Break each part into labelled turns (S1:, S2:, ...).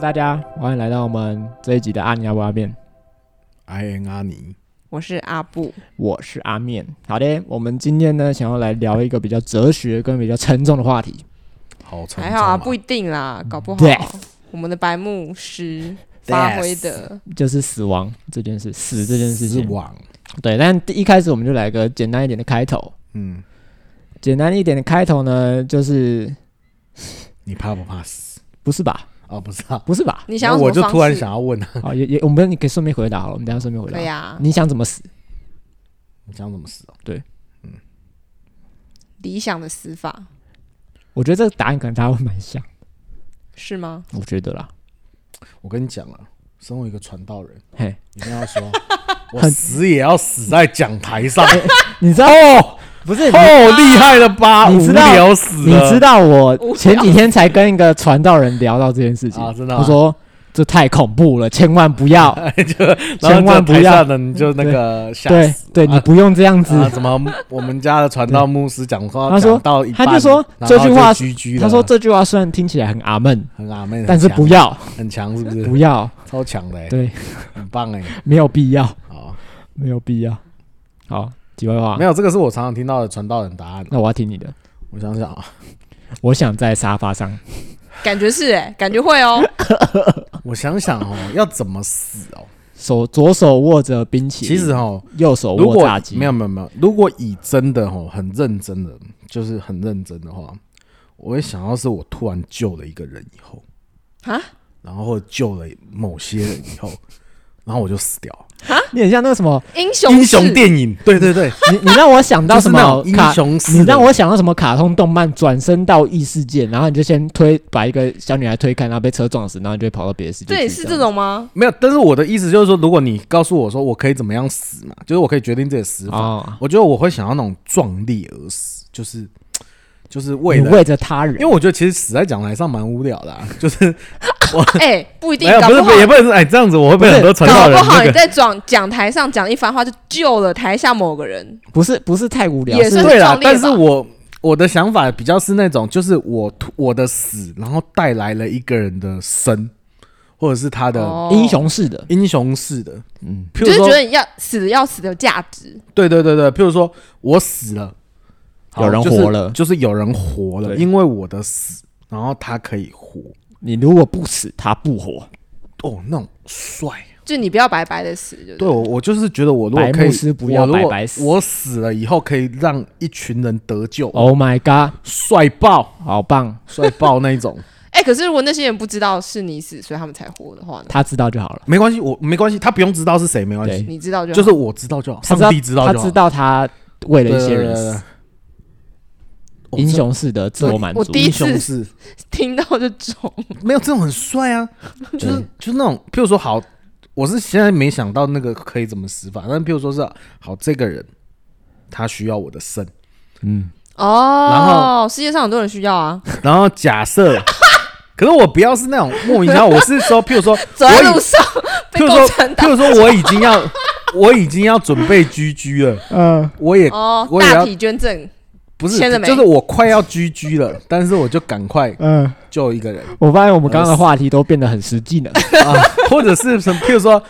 S1: 大家，欢迎来到我们这一集的阿尼阿不阿面，
S2: I N 阿尼，
S3: 我是阿布，
S1: 我是阿面。好的，我们今天呢，想要来聊一个比较哲学跟比较沉重的话题。
S2: 好沉重
S3: 还好啊，
S2: 啊
S3: 不一定啦，搞不好
S1: Death
S3: 我们的白牧师发挥的
S1: 就是死亡这件事，死这件事
S2: 是
S1: 情。
S2: 网，
S1: 对，但第一开始我们就来个简单一点的开头。
S2: 嗯，
S1: 简单一点的开头呢，就是
S2: 你怕不怕死？
S1: 不是吧？
S2: 哦，不知道，
S1: 不是 吧？
S3: 你想要
S2: 那
S3: 什
S2: 我
S3: 么
S2: 就
S3: 方式？
S2: 突然想要问啊他，
S1: 好，也也，我们你可以顺便回答好了，我们等一下顺便回答。
S3: 对啊，
S1: 你想怎么死？
S2: 你想怎么死哦？
S3: 理想的死法
S1: 我觉得这个答案可能大家会蛮像，
S3: 是吗？
S1: 我觉得啦。
S2: 我跟你讲了，身为一个传道人，
S1: 嘿，
S2: 一定 要说，我死也要死在讲台上，
S1: 你知道
S2: 哦，
S1: 不是？
S2: 哦，厉害了吧？
S1: 你
S2: 无
S1: 知道
S2: 聊死
S1: 你
S2: 了，
S1: 知道我
S3: 无
S1: 前几天才跟一个传道人聊到这件事情，
S2: 啊？真的啊，
S1: 他说这太恐怖了，千万不要。
S2: 然后
S1: 千万不
S2: 台
S1: 要
S2: 下的你就那个吓
S1: 对
S2: 死，
S1: 对，
S2: 啊
S1: 你不用这样子。
S2: 啊，怎么我们家的传道牧师讲话
S1: 他说
S2: 讲到一半，
S1: 他就说
S2: 然后
S1: 这句话
S2: 就 GG
S1: 他
S2: 了
S1: 说这句话虽然听起来很阿闷，
S2: 很阿妹，很
S1: 但是
S2: 强
S1: 不要
S2: 很强，是不是
S1: 不？要，
S2: 超强的欸，
S1: 对，
S2: 很棒哎。
S1: 没有必要，
S2: 好，
S1: 没有必要。好，几位话
S2: 没，有这个是我常常听到的传道人答案。
S1: 那我要听你的。
S2: 我想想啊，
S1: 我想在沙发上，
S3: 感觉是哎、感觉会哦。
S2: 我想 想哦，要怎么死哦？
S1: 手左手握着冰淇淋，
S2: 其实哦，
S1: 右手
S2: 如
S1: 握
S2: 果
S1: 炸鸡，
S2: 没有没有没有，如果以真的哦，很认真的，就是很认真的话，我会想要是我突然救了一个人以后，
S3: 哈，
S2: 然后或者救了某些人 以后，然后我就死掉了。
S1: 你很像那个什么，
S3: 英雄
S2: 英
S3: 式
S2: 雄电影，对对对，
S1: 你你让我想到
S2: 就是
S1: 什
S2: 那
S1: 么
S2: 种英
S1: 卡
S2: 雄式的
S1: 你让我想到什么卡通动漫转身到异世界，然后你就先推把一个小女孩推开，然后被车撞死，然后你就会跑到别的世界去。
S3: 对是
S1: 样
S3: 这种吗？
S2: 没有，但是我的意思就是说，如果你告诉我说我可以怎么样死嘛，就是我可以决定自己的死法，
S1: 哦，
S2: 我觉得我会想要那种壮烈而死，就是就是为
S1: 你
S2: 了，
S1: 为着他人，
S2: 因为我觉得其实死在讲台上蛮无聊的、啊，就是
S3: 哎、不一定
S2: 没，有
S3: 搞
S2: 不是
S3: 好
S2: 也不能哎这样子，我会
S1: 不
S2: 被
S1: 是
S2: 很多传道
S3: 搞
S2: 人
S3: 不好
S2: 那
S3: 你
S2: 个
S3: 在讲讲台上讲一番话，就救了台下某个人，
S1: 不是不是太无聊，
S3: 也
S1: 是
S3: 算
S2: 对啦
S3: 壮，烈吧
S2: 但是我我的想法比较是那种，就是我突我的死，然后带来了一个人的生，或者是他的
S3: 哦
S1: 英，雄式的，
S2: 英雄式的，
S1: 嗯，
S2: 譬
S3: 就
S2: 如
S3: 是
S2: 说
S3: 觉得你要死要死的有价值，
S2: 对对对对，譬如说我死了，好
S1: 有人活了
S2: 就是，就是有人活了，
S1: 对
S2: 因为我的死，然后他可以活，
S1: 你如果不死，他不活。
S2: 哦，那种帅。
S3: 就你不要白白的死，就
S2: 对我，我就是觉得我如果
S1: 白
S2: 可以，
S1: 牧师不要
S2: 我如果
S1: 白白死
S2: 我死了以后可以让一群人得救，哦，
S1: Oh my god，
S2: 帅爆，
S1: 好棒！
S2: 帅爆那一种，
S3: 哎、可是如果那些人不知道是你死，所以他们才活的话呢？
S1: 他知道就好了。
S2: 没关系，我没关系，他不用知道是谁，没关系，
S3: 你知道就好
S2: 就是我知道就好，
S1: 他
S2: 上帝
S1: 知
S2: 道
S1: 道，
S2: 就
S1: 他
S2: 好
S1: 知，道他为了
S2: 对
S1: 一些人，
S2: 对对对
S1: 死，
S2: 哦
S1: 英雄式的自我满
S3: 我
S1: 足。
S3: 第一
S2: 英
S3: 次
S2: 雄是
S3: 听到就中，
S2: 没有这种很帅啊，就是
S1: 对
S2: 就是那种，譬如说好，我是现在没想到那个可以怎么死法，但譬如说是好，这个人他需要我的肾，
S1: 嗯，
S3: 哦，世界上很多人需要啊，
S2: 然后假设，可是我不要是那种莫名其妙，我是说，譬如说，
S3: 走在
S2: 我
S3: 路
S2: 已
S3: 上 被
S2: 譬如
S3: 共
S2: 说，
S3: 产
S2: 譬
S3: 党
S2: 如说我已经要， 我已经要准备居居了，
S1: 呃，
S2: 我也
S3: 哦
S2: 我，也
S3: 大
S2: 要
S3: 体捐赠，
S2: 不是
S3: 签了，没
S2: 就是我快要居居了，但是我就赶快
S1: 嗯、
S2: 救一个 人，
S1: 我发现我们刚刚的话题都变得很实际呢。
S2: 啊，或者是什么，譬如说，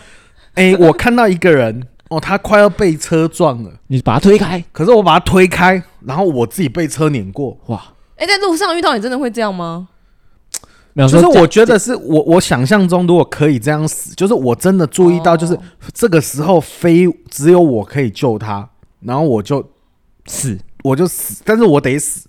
S2: 哎、我看到一个人，哦，他快要被车撞了。
S1: 你把它推开，
S2: 可是我把它推开，然后我自己被车碾过，
S1: 哇，
S3: 哎，在路上遇到你真的会这样吗？
S1: 没有，
S2: 就是
S1: 这
S2: 我觉得是我我想象中如果可以这样死，就是我真的注意到，
S3: 哦
S2: 就是这个时候非只有我可以救他，然后我就
S1: 死
S2: 我就死，但是我得死，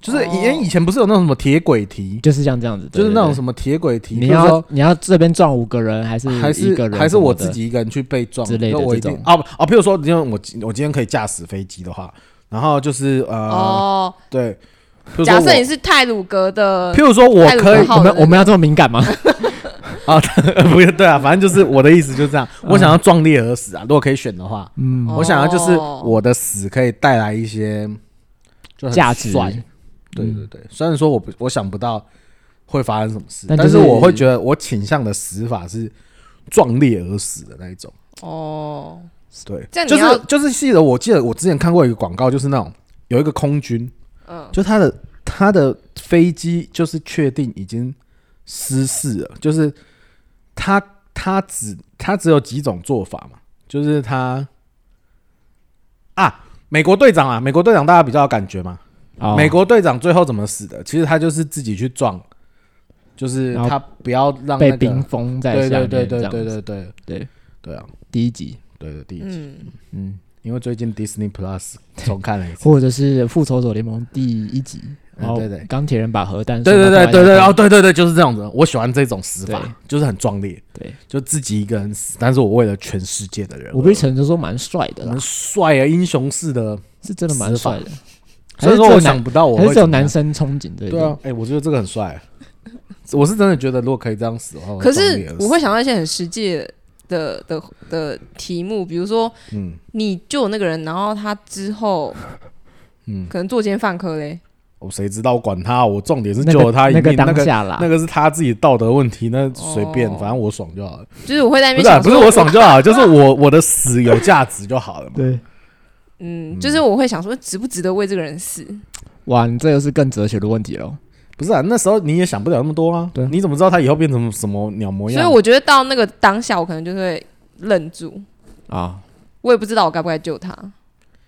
S2: 就是
S3: 哦
S2: 以前以前不是有那种什么铁轨题，
S1: 就是像这样子，对
S2: 就是那种
S1: 对
S2: 什么铁轨题，
S1: 对你
S2: 譬如
S1: 要
S2: 说
S1: 你要这边撞五个人，还是
S2: 还
S1: 一个
S2: 是
S1: 人，
S2: 还是我自。己一个人去被撞
S1: 之类的
S2: 那我一定
S1: 这种
S2: 啊啊，譬如说，因为我今我今天可以驾驶飞机的话，然后就是呃，
S3: 哦，
S2: 对，譬如说
S3: 假设
S2: 我
S3: 你是泰鲁格的
S2: 譬，如说我
S3: 泰鲁格
S2: 可以
S3: 号
S1: 哎我
S3: 的
S1: 们
S3: 那个
S1: 我们要这么敏感 吗？
S2: 啊， 不是对啊，反正就是我的意思就是这样。我想要壮烈而死啊，如果可以选的话，
S1: 嗯，
S2: 我想要就是
S3: 哦
S2: 我的死可以带来一些就很
S1: 价值嗯
S2: 帅对对对，虽然说我不我想不到会发生什么事，
S1: 但
S2: 但
S1: 就是
S2: 是我会觉得我倾向的死法是壮烈而死的那一种。
S3: 哦，
S2: 对，
S3: 这样你
S2: 就
S3: 要
S2: 是就是记得我记得我之前看过一个广告，就是那种有一个空军，
S3: 嗯，
S2: 就他的他的飞机就是确定已经失事了，就是他他只他只有几种做法嘛，就是他啊，美国队长啊，美国队长大家比较有感觉嘛。
S1: 哦
S2: 美国队长最后怎么死的？其实他就是自己去撞，就是
S1: 然后
S2: 他不要让、那
S1: 被
S2: 个
S1: 冰封在
S2: 对
S1: 下
S2: 对
S1: 面，
S2: 对对
S1: 这样
S2: 对
S1: 子
S2: 对对
S1: 对
S2: 对啊，
S1: 第一集，
S2: 对的第一集，
S3: 嗯，
S1: 嗯，
S2: 因为最近 Disney Plus 重看了一次。
S1: 或者是复仇者联盟第一集，
S2: 嗯
S1: 然后
S2: 对对
S1: 钢铁人把核弹
S2: 对对
S1: 送到
S2: 对对对，
S1: 大
S2: 哦
S1: 家
S2: 对对对，就是这样子。我喜欢这种死法
S1: 对，
S2: 就是很壮烈，
S1: 对，
S2: 就自己一个人死，但是我为了全世界的人而，
S1: 我被承认说蛮帅的啦
S2: 很，帅啊，英雄式的。
S1: 是真的蛮帅的，还
S2: 所
S1: 是只
S2: 以说，
S1: 有
S2: 我
S1: 男
S2: 想，不到我
S1: 还
S2: 会
S1: 是只有
S2: 怎么样
S1: 男生憧憬这一
S2: 对啊
S1: 种，，
S2: 哎、我觉得这个很帅、我是真的觉得，如果可以这样死的话，
S3: 可
S2: 壮烈
S3: 是
S2: 而死
S3: 我会想到一些很实际的的的的题目，比如说
S2: 嗯
S3: 你救那个人，然后他之后
S2: 嗯，
S3: 可能作奸犯科嘞，
S2: 我哦谁知道？我管他，我重点是
S1: 那
S2: 救了
S1: 个
S2: 他一
S1: 那
S2: 命，
S1: 个
S2: 那
S1: 当
S2: 个
S1: 下啦，
S2: 那个是他自己道德问题，那随便，
S3: 哦
S2: 反正我爽就好了。
S3: 就是我会在那
S2: 不
S3: 边
S2: 是啊、
S3: 想
S2: 不
S3: 说，
S2: 是我爽就好，就是我我的死有价值就好了嘛。
S1: 对，
S3: 嗯，就是我会想说，值不值得为这个人死？
S1: 哇，你这个是更哲学的问题喽，
S2: 不是啊，那时候你也想不了那么多啊
S1: 对。
S2: 你怎么知道他以后变成什么鸟模
S3: 所
S2: 样？
S3: 以我觉得到那个当下，我可能就会愣住，
S1: 啊，
S3: 我也不知道我该不该救他，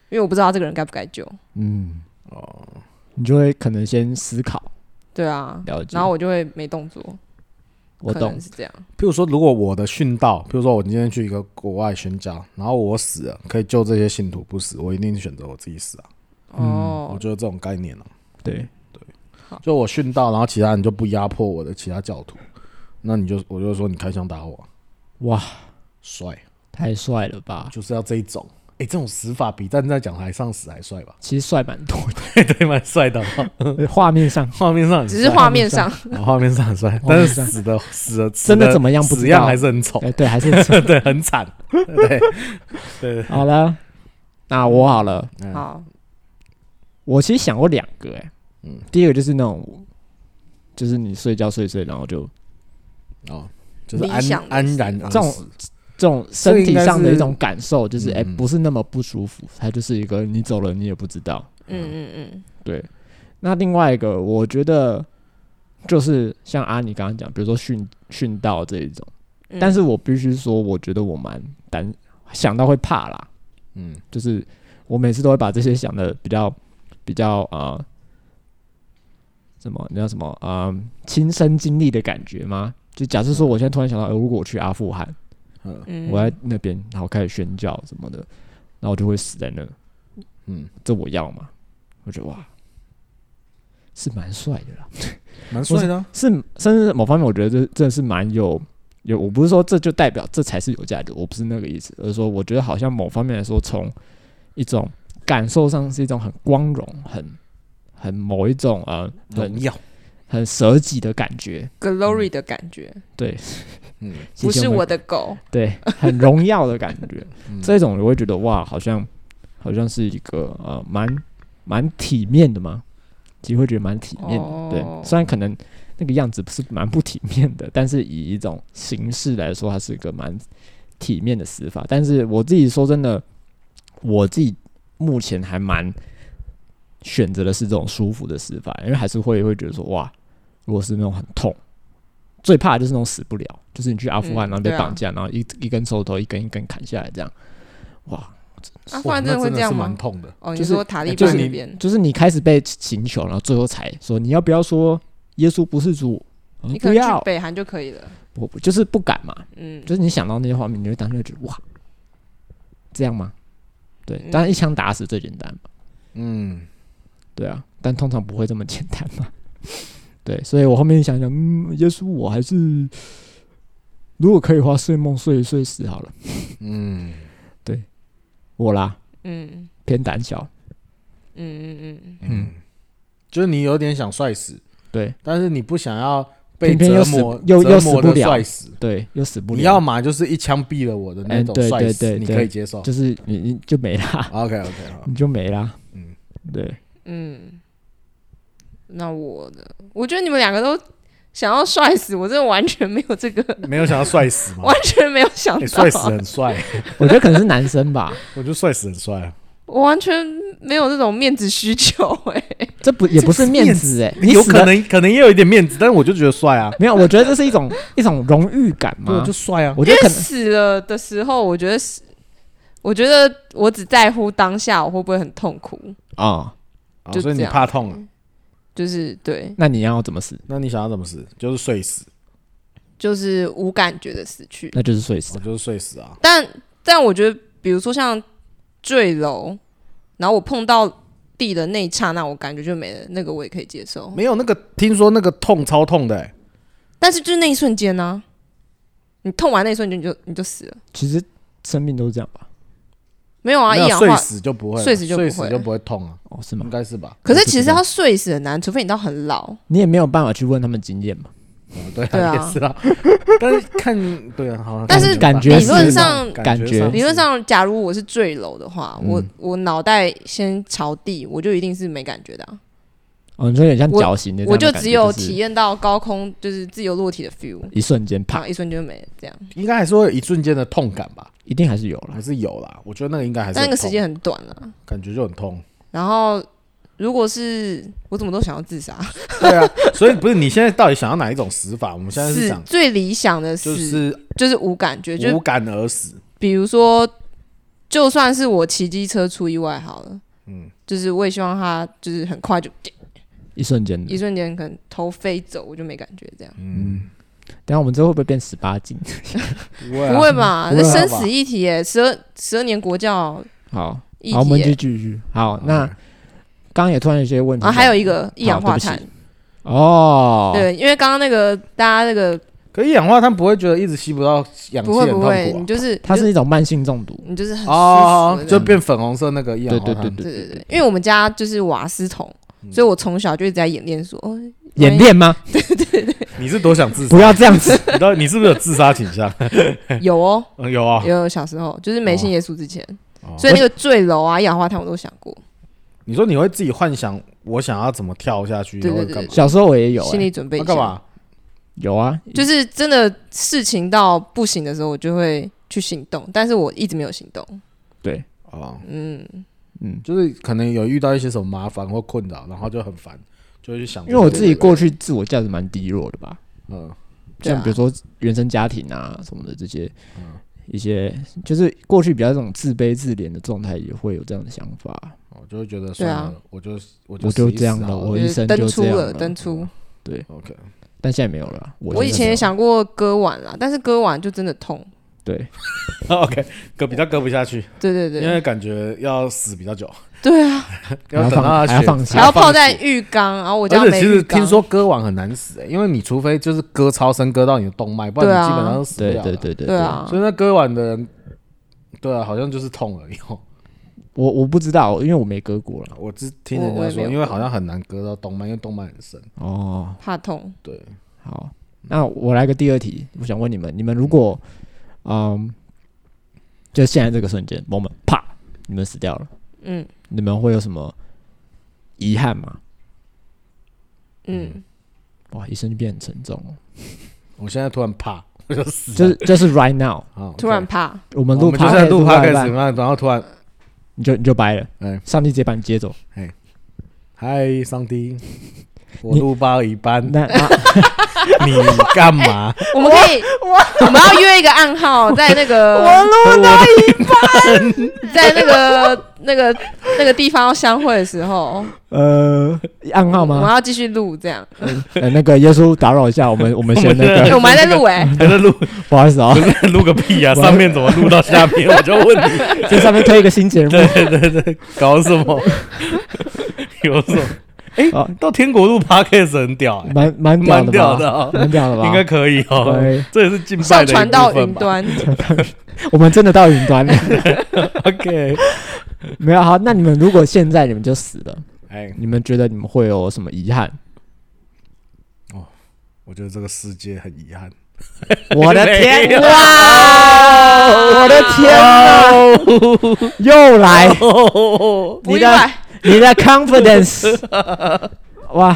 S3: 因为我不知道这个人该不该救。
S1: 嗯，哦，你就会可能先思考，
S3: 对啊，
S1: 了解，
S3: 然后我就会没动作，
S1: 我
S3: 可
S1: 懂
S3: 能，是这样。
S2: 譬如说，如果我的殉道，譬如说我今天去一个国外宣教，然后我死了，可以救这些信徒不死，我一定选择我自己死啊。我
S1: 嗯
S3: 哦，
S2: 觉得这种概念啊，
S1: 对，
S2: 就我殉道，然后其他人就不压迫我的其他教徒，那你就我就说你开枪打我啊，
S1: 哇，
S2: 帅，
S1: 太帅了吧，
S2: 就是要这一种。哎、这种死法比站在讲台上死还帅吧？
S1: 其实帅蛮多
S2: 对，蛮帅的哦，
S1: 的，画面上
S2: 画面上很帅
S3: 只是画面上，
S2: 哦画面上很帅，
S1: 画
S2: 但
S1: 面
S2: 是
S1: 上
S2: 死的死的死
S1: 真的怎么样不
S2: 死
S1: 知
S2: 样
S1: 道，
S2: 还是很丑，
S1: 哎，对，还是
S2: 对，很惨，对对
S1: 好了，那我好了。
S2: 嗯
S3: 好，
S1: 我其实想过两个、欸，
S2: 嗯
S1: 第一个就是那种，就是你睡觉睡睡，然后就
S2: 哦，就是
S3: 理
S2: 安
S3: 想的
S2: 安然而
S1: 这种
S2: 死
S1: 这种身体上的一种感受，就
S2: 啊这
S1: 是
S2: 应
S1: 哎、
S2: 该是嗯
S1: 不是那么不舒服，它就是一个你走了你也不知道。
S3: 嗯嗯
S1: 对，那另外一个我觉得就是像阿尼刚刚讲，比如说殉殉道这一种，
S3: 嗯，
S1: 但是我必须说，我觉得我蛮胆想到会怕啦，
S2: 嗯
S1: 就是我每次都会把这些想的比较比较啊、呃，什么那叫什么啊、呃亲身经历的感觉吗？就假设说，我现在突然想到，呃，如果我去阿富汗，
S2: 嗯
S3: 嗯
S1: 我在那边，然后开始宣教什么的，然后我就会死在那，
S2: 嗯，
S1: 这我要吗？我觉得哇，是蛮帅的啦，
S2: 蛮帅的啊，
S1: 是甚至某方面，我觉得这真的是蛮有有。我不是说这就代表这才是有价值，我不是那个意思，而是说我觉得好像某方面来说，从一种感受上是一种很光荣、很很某一种呃
S2: 荣
S1: 很
S2: 耀，
S1: 很舍己的感觉，
S3: glory
S1: 嗯
S3: 的感觉，
S1: 对，
S2: 嗯
S1: 其
S3: 不
S1: 实
S3: 是
S1: 们
S3: 我的狗，
S1: 对，很荣耀的感觉。
S2: 嗯
S3: 啊
S1: 这种我会觉得哇，好像好像是一个呃，蛮蛮体面的嘛，其实会觉得蛮体面的。
S3: 哦
S1: 对，虽然可能那个样子不是蛮不体面的，但是以一种形式来说，它是一个蛮体面的死法。但是我自己说真的，我自己目前还蛮选择的是这种舒服的死法，因为还是会会觉得说哇，如果是那种很痛。最怕的就是那种死不了，就是你去阿富汗，
S3: 嗯
S1: 然后被
S3: 对啊
S1: 绑架，然后一一根手指头一根一根砍下来，这样，哇，
S3: 阿富
S2: 哇
S3: 汗
S2: 那
S3: 真的会
S2: 真
S3: 这
S2: 的
S3: 样
S2: 是蛮
S3: 吗？
S2: 痛的，
S3: 哦，你
S1: 就是
S3: 说塔利
S1: 就
S3: 班
S1: 是
S3: 那
S2: 你
S3: 边，
S1: 就是你开始被请求，然后最后才说你要不要说耶稣不是主，我说
S3: 你可
S1: 不
S3: 能去
S1: 要，
S3: 北韩就可以了，
S1: 我我就是不敢嘛，
S3: 嗯，
S1: 就是你想到那些画面，你会当时就觉得哇，这样吗？对，
S3: 嗯
S1: 当然一枪打死最简单嘛，
S2: 嗯，
S1: 对啊，但通常不会这么简单嘛， 对，所以我后面想想，嗯，耶稣我还是如果可以的话，睡梦睡一睡死好了，
S2: 嗯，
S1: 我啦
S3: 嗯
S1: 偏胆小，
S3: 嗯嗯嗯
S2: 就是你有点想帅死，
S1: 对
S2: 但是你不想要被
S1: 偏偏
S2: 折
S1: 又
S2: 磨
S1: 死，又
S2: 折
S1: 又死
S2: 磨
S1: 不
S2: 的
S1: 了
S2: 帅死。
S1: 对，又死不了，
S2: 你要嘛就是一枪毙了我的那种
S1: 哎对
S2: 帅死，
S1: 对对
S2: 你
S1: 对
S2: 可以接受。
S1: 就是你你就没啦，
S2: OK OK，好，
S1: 你就没啦，
S2: 嗯
S1: 嗯，对。
S3: 嗯，那我的，我觉得你们两个都想要帅死，我真的完全没有这个，
S2: 没有想要帅死吗
S3: 完？全没有想
S2: 嗯哎
S3: 到，
S2: 帅死很帅，
S1: 我觉得可能是男生吧，
S2: 我觉得帅死很帅啊。
S3: 我完全没有这种面子需求、 哎，
S1: 这不也
S2: 这
S1: 不是
S2: 是
S1: 面
S2: 面
S1: 子哎、你
S2: 有
S1: 死
S2: 可
S1: 了
S2: 能可能也有一点面子，但是我就觉得帅啊，
S1: 没有？我觉得这是一种 一种荣誉感
S2: 对，
S1: 嘛
S2: 我就。帅啊，
S1: 我觉得可能
S3: 死了的时候，我觉得是，我觉得我只在乎当下，我会不会很痛苦？
S1: 啊、
S2: 啊
S3: 就
S2: 所以
S3: 这
S2: 你
S3: 样
S2: 怕痛啊？
S3: 就是对，
S1: 那你要怎么死？
S2: 那你想要怎么死？就是睡死，
S3: 就是无感觉的死去。
S1: 那就是睡死
S2: 我
S1: 啊。
S2: 就是睡死啊。
S3: 但但我觉得，比如说像坠楼，然后我碰到地的那一刹那，我感觉就没了，那个我也可以接受。
S2: 没有那个，听说那个痛超痛的、欸，
S3: 但是就是那一瞬间呢、你痛完那一瞬间你就你就死了，其
S1: 实生命都是这样吧？
S3: 没有啊，
S2: 没
S3: 一
S2: 有
S3: 氧
S2: 睡
S3: 化。
S2: 死就不会了，
S3: 睡死就不会嗯
S2: 睡死就不会痛啊，
S1: 哦，是吗
S2: 应？该是吧？
S3: 可
S1: 我
S3: 是
S1: 不
S3: 其
S1: 知
S3: 实
S1: 道
S3: 要睡死很难，除非你到很老。
S1: 你也没有办法去问他们经验嘛。
S2: 嗯对
S3: 对
S2: 啊，
S3: 啊
S2: 也是啊。但是看，对啊，好像
S3: 但
S1: 是
S2: 感
S1: 感觉
S2: 吧
S1: 理
S3: 论上
S2: 感
S1: 感觉
S2: 是
S3: 理论上，假如我是坠楼的话，
S2: 嗯
S3: 我我脑袋先朝地，我就一定是没感觉的啊、
S1: 哦，你说有点像
S3: 我
S1: 绞刑的这
S3: 我
S1: 样的
S3: 就
S1: 感觉，
S3: 只有
S1: 是
S3: 体验到高空就是自由落体的 feel，
S1: 一瞬间
S3: 然
S1: 啪，
S3: 后一瞬间就没了这样。
S2: 应该还是会有一瞬间的痛感吧，
S1: 一定还是有了
S2: 还。是有啦。我觉得那个应该还是哦
S3: 但那个
S2: 很痛
S3: 时间很短啊。
S2: 感觉就很痛。
S3: 然后如果是我怎么都想要自杀，
S2: 对啊， 所以不是你现在到底想要哪一种死法？我们现在是
S3: 死
S2: 想
S3: 最理想的死、
S2: 就
S3: 就是、
S2: 是
S3: 无感觉，
S2: 无
S3: 就
S2: 感而死，
S3: 比如说，就算是我骑机车出意外好了，
S2: 嗯
S3: 就是我也希望它就是很快就
S1: 一瞬间的
S3: 一。瞬间可能头飞走，我就没感觉这样。
S2: 嗯，
S1: 等一下我们之后会不会变十八禁？
S2: 不会啊
S3: 嗯不会吧？
S2: 不
S3: 那
S2: 会好吧
S3: 生死一体耶，十二十二年国教
S1: 好，
S3: 议
S1: 好，我
S3: 题
S1: 们就
S3: 耶。
S1: 继续。好，那刚刚也突啊然有些问题想，
S3: 然哦后还有一个一氧化
S1: 好
S3: 碳
S1: 对，哦，
S3: 对，因为刚刚那个大家那个
S2: 可一氧化碳不会觉得一直吸不到氧气
S3: 不会
S2: 很痛
S3: 不
S2: 苦
S3: 会，你
S2: 啊？
S3: 就是
S1: 它
S3: 你
S1: 是一种慢性中毒。
S3: 就你就是很舒服
S2: 哦
S3: 的，那
S2: 就
S3: 种
S2: 变粉红色那个一氧
S1: 对
S2: 化
S1: 对
S2: 碳，
S1: 对
S3: 对对
S1: 对，
S3: 对，因为我们家就是瓦斯桶，所以我从小就一直在演练说，哦，
S1: 演练吗？
S2: 你是多想自杀？
S1: 不要这样 子。
S2: 你到底你是不是有自杀倾 向？
S3: 有哦，
S2: 嗯有啊，
S3: 有小时候就是没信耶稣之前，
S2: 哦
S3: 所以那个坠楼啊、一氧化碳我都想过，
S2: 你说你会自己幻想我想要怎么跳下去，
S3: 对
S2: 然后
S3: 对
S2: 干嘛？
S1: 小时候我也有、
S3: 心
S1: 欸，
S3: 理准备
S2: 那
S3: 一
S2: 干
S3: 下。
S2: 嘛？
S1: 有啊，
S3: 就是真的事情到不行的时候，我就会去行动，但是我一直没有行动。
S1: 对，
S2: 哦，
S3: 嗯，
S1: 嗯，
S2: 就是可能有遇到一些什么麻烦或困扰，然后就很烦，就会去想。
S1: 因为我自己，过去自我价值蛮低落的吧，
S2: 嗯，
S3: 对
S1: 像
S3: 啊
S1: 比如说原生家庭啊什么的这些，一些就是过去比较这种自卑自怜的状态，也会有这样的想法。
S2: 我哦就会觉得
S3: 对
S2: 算
S3: 啊
S2: 了，我就我就
S1: 我就
S2: 死一
S1: 这样
S2: 死
S1: 了
S2: 好
S1: 我
S3: 就
S1: 一
S3: 是
S1: 生
S3: 登
S1: 就
S3: 出
S1: 这样
S3: 了，
S1: 了
S3: 登出。
S2: OK，
S1: 但现在没有了啊。我
S3: 我以前也
S1: 也想，
S3: 想过割腕啦，但是割腕就真的痛。
S1: 对，
S2: OK，割比较割不下去，
S3: 对对
S2: 因为
S3: 对，
S2: 感觉要死比较久，
S3: 对啊，
S1: 还要
S2: 等到
S1: 放还要
S2: 血
S1: 放血
S3: 还要泡在
S2: 血
S3: 浴缸，然后我家
S2: 而且
S3: 没
S2: 其
S3: 浴
S2: 实
S3: 缸。
S2: 听说割腕很难死、欸，因为你除非就是割超声割到你的动脉，不然
S3: 对啊
S2: 你基本上都死不
S1: 对
S2: 了
S1: 对
S2: 的。
S1: 对对
S3: 对，啊，
S2: 所以那割腕的人，对啊，好像就是痛而已、哦。
S1: 我我不知道，因为我没割过了。
S2: 我只听人
S3: 我
S2: 家
S3: 我也没
S2: 说，
S3: 有
S2: 因为好像很难割到动脉，因为动脉很深。
S1: 哦，
S3: 怕痛。
S2: 对，
S1: 好，那我来个第二题，我想问你们，你们如果，嗯，就现在这个瞬间，moment，啪，你们死掉了，
S3: 嗯
S1: 你们会有什么遗憾吗？
S3: 嗯。
S1: 哇，一瞬间变很沉重哦，
S2: 我现在突然怕，我就死了。
S1: 就是就是 right now，
S2: 啊，
S3: 突然怕，
S1: 我
S2: 我
S1: 们
S2: 们
S1: 录
S2: 就在
S1: podcast
S2: 录趴
S1: 到一
S2: 开
S1: 半
S2: 始，然后突然，
S1: 你就你就掰了，
S2: 哎
S1: 上帝直接把你接 走。
S2: 嗨，上 帝，我
S1: 你
S2: 录到一半，
S1: 那那
S2: 你干嘛？
S3: 我们可以，我们要约一个 暗号，在那个我录到一半，在那个那个那个地方要相会的时候，
S1: 呃，暗号
S3: 我们
S1: 吗？
S3: 要继续录这样，
S1: 呃，那个耶稣打扰一下，我们我们先那
S3: 哎
S1: 个，
S3: 我们还在录哎，
S2: 还在录，
S1: 不好意思 啊，
S2: 录个屁啊！上面怎么录到下面？我就问你，
S1: 这上面推一个新 节目
S2: 搞什么？ 有什么？哎
S1: 啊，
S2: 到天国路 podcast 很屌、欸，
S1: 蛮蛮屌
S2: 蛮
S1: 的
S2: 屌
S1: 吧
S2: 的、哦，
S1: 蛮屌的吧？
S2: 应该可以哦、
S1: 对
S2: 这也是敬拜的
S3: 上传
S2: 一
S3: 到
S2: 部
S3: 云
S2: 分吧。
S3: 端，
S1: 我们真的到云端了。
S2: OK，
S1: 没有好，那你们如果现在你们就死了，
S2: 哎，
S1: 你们觉得你们会有什么遗 憾？
S2: 我觉得这个世界很 遗憾。
S1: 我的天
S2: 没有
S1: 哇！我的天哪，又来
S3: 不
S1: 你
S3: 意
S1: 的
S3: 外，
S1: 你的 confidence，哇！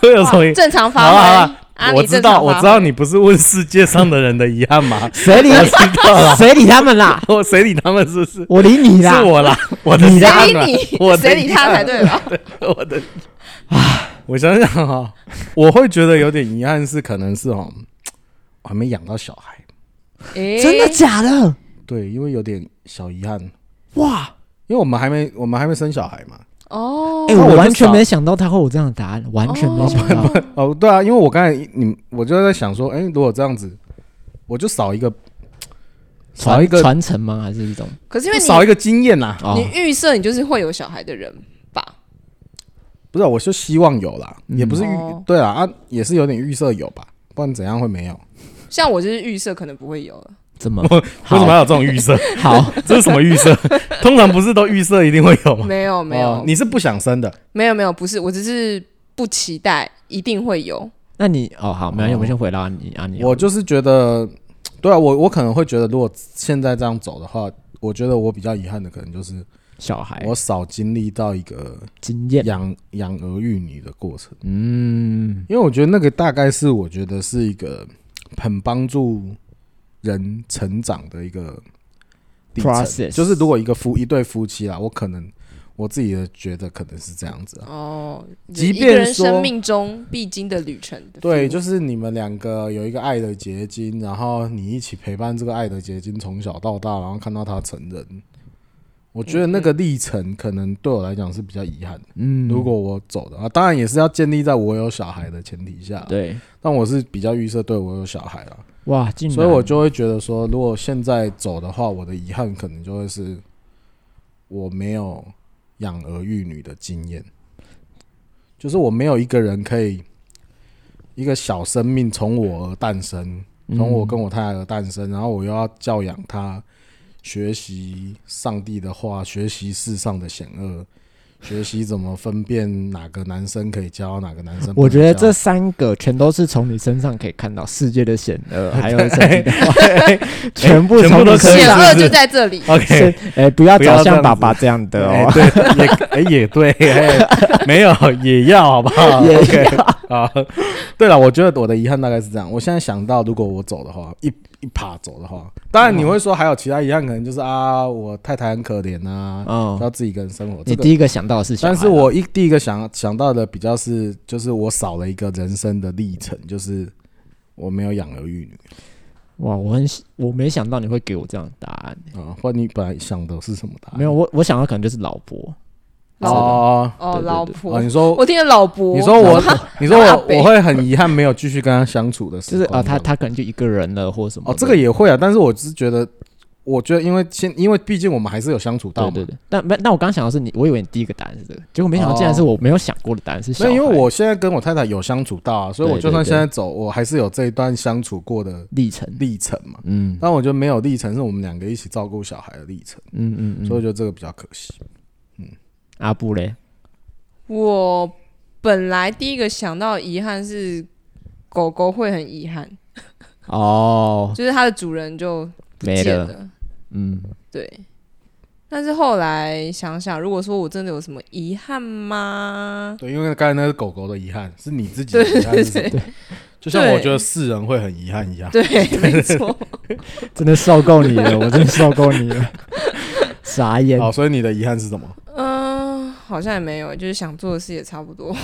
S2: 会有什么？
S3: 正常发
S2: 好了好
S3: 挥
S2: 了，，
S3: 啊，
S2: 我
S3: 你
S2: 知
S3: 正
S2: 道，
S3: 常
S2: 我
S3: 发
S2: 知道
S3: 挥
S2: 你不是问世界上的人的遗憾吗？
S1: 谁理
S2: 我知道了，
S1: 谁理他们啦？
S2: 我谁理他们是不是？
S1: 我理你啦！
S2: 是我啦，我的
S1: 你
S2: 遗憾
S3: 谁
S2: 啦
S3: 理
S2: 我
S3: 你？
S2: 的
S3: 谁理
S2: 遗
S3: 他
S2: 憾
S3: 才对吧？
S2: 我的，我想想哈、我会觉得有点遗憾是，可能是哦，我还没养到小孩，
S1: 真
S3: 真
S1: 的假的？
S2: 对，因为有点小遗憾，因
S1: 哇！
S2: 为我们还没我们还没生小孩嘛，
S3: 哦
S1: 哎、，
S2: 那我
S1: 我
S2: 就
S1: 完全
S2: 少
S1: 没想到他会有这样的答案，完全没想到。
S2: 哦，对啊，因为我刚才你们我就在想说，哎、如果这样子，我就少一个少
S1: 传
S2: 一个
S1: 传承吗？还是一种？
S3: 可是因为你
S2: 少一个经验啊啦，
S1: 哦
S3: 你预设你就是会有小孩的人吧？
S2: 不是啊，我就希望有啦，也不是预、
S3: 哦
S2: 对啊啊，也是有点预设有吧，不然怎样会没有？
S3: 像我就是预设可能不会有了，
S1: 怎么？
S2: 为什么要有这种预 设？
S1: 好，
S2: 这是什么预设？通常不是都预设一定会有吗？
S3: 没有没
S2: 哦
S3: 有，
S2: 你是不想生的，
S3: 没有没有，不是，我只是不期待一定会有。
S1: 那你哦好，没关系，
S2: 哦
S1: 我们先回答你啊，你
S2: 我就是觉得，对啊，我我可能会觉得，如果现在这样走的话，我觉得我比较遗憾的，可能就是
S1: 小孩
S2: 我少经历到一个
S1: 经验，
S2: 养养儿育女的过程，
S1: 嗯，
S2: 因为我觉得那个大概是我觉得是一个很帮助人成长的一个历程
S1: Process
S2: 就是如果一个夫一对夫妻啦，我可能我自己的觉得可能是这样子啊。
S3: 哦，
S2: 即
S3: 一个
S2: 便
S3: 人
S2: 说
S3: 生命中必经的旅程的 feel。
S2: 对，就是你们两个有一个爱的结晶，然后你一起陪伴这个爱的结晶从小到大，然后看到他成人。我觉得那个历程可能对我来讲是比较遗憾的。
S1: 嗯
S2: 如果我走的啊，当然也是要建立在我有小孩的前提下。，
S1: 对，
S2: 但我是比较预设对我有小孩了，
S1: 哇，竟然
S2: 所以我就会觉得说，如果现在走的话，我的遗憾可能就会是我没有养儿育女的经验，就是我没有一个人可以一个小生命从我而诞生，
S1: 嗯
S2: 从我跟我太太而诞生，然后我又要教养他，学习上帝的话，学习世上的险恶。学习怎么分辨哪个男生可以教，哪个男生不能
S1: 我觉得
S2: 交
S1: 这三个全都是从你身上可以看到世界的险 恶，还有神奇的话全部
S2: 全
S1: 从
S2: 部
S1: 你
S2: 都
S1: 身
S2: 可以
S3: 险
S2: 啦
S1: 上
S3: 恶
S2: 是不是
S3: 就在这里。
S2: OK，
S1: 是。哎，不要
S2: 不要
S1: 找
S2: 这
S1: 像
S2: 样子
S1: 爸爸这样的
S2: 哎
S1: 哦，
S2: 对，也哎、也对，哎没有也要好不好？
S1: 也
S2: OK，啊。 对了，我觉得我的遗憾大概是这样。我现在想到，如果我走的话，一一趴走的话，当然你会说还有其他遗憾，可能就是啊，我太太很可怜啊，
S1: 嗯，
S2: 要自己一个人生活。
S1: 你
S2: 这个
S1: 第，一个想到的是小孩啊
S2: 但
S1: 啦，
S2: 是我一第一个想想到的比较是，就是我少了一个人生的历程，就是我没有养儿育女
S1: 哇，我很喜我没想到你会给我这样的答案，
S2: 啊。或你本来想的是什么答案？
S1: 没有，我我想到可能就是老婆，
S3: 老
S2: 哦
S1: 对
S3: 哦，
S1: 对
S3: 老
S1: 对
S2: 哦，
S3: 婆
S2: 你，说
S3: 我听了老婆，
S2: 你说我， 你说
S3: 阿
S2: 我，
S3: 北
S2: 我会很遗憾没有继续跟他相处的
S1: 就
S2: 时
S1: 是
S2: 光
S1: 啊，他
S2: 这样
S1: 他可能就一个人了或什么的。
S2: 哦，这个也会啊，但是我只是觉得，我觉得因为现因为毕竟我们还是有相处
S1: 对
S2: 到嘛，
S1: 对对。但没，那我刚想的是你，我以为你第一个答案是这个，结果没想到
S2: 哦
S1: 竟然是我没有想过的答案是小
S2: 所
S1: 孩。
S2: 以因为我现在跟我太太有相处到啊，所以我
S1: 对
S2: 就
S1: 对
S2: 算
S1: 对
S2: 现在走，我还是有这一段相处过的
S1: 历程，
S2: 历程嘛。
S1: 嗯
S2: 但我觉得没有历程是我们两个一起照顾小孩的历程，
S1: 嗯嗯嗯，
S2: 所以我觉得这个比较可惜。
S1: 阿布嘞，
S3: 我本来第一个想到遗憾是狗狗会很遗憾，
S1: 哦，
S3: 就是它的主人就不
S1: 没
S3: 见
S1: 了
S3: 了。
S1: 嗯，
S3: 对，但是后来想想，如果说我真的有什么遗憾吗？
S2: 对，因为刚才那是狗狗的遗憾，是你自己的遗憾是什么，就像我
S3: 对
S2: 觉得世人会很遗憾一样。
S3: 对，没错，
S1: 真的受够你 了，我真的受够你了，傻眼。
S2: 好，所以你的遗憾是什么？
S3: 嗯、好像也没有，就是想做的事也差不多。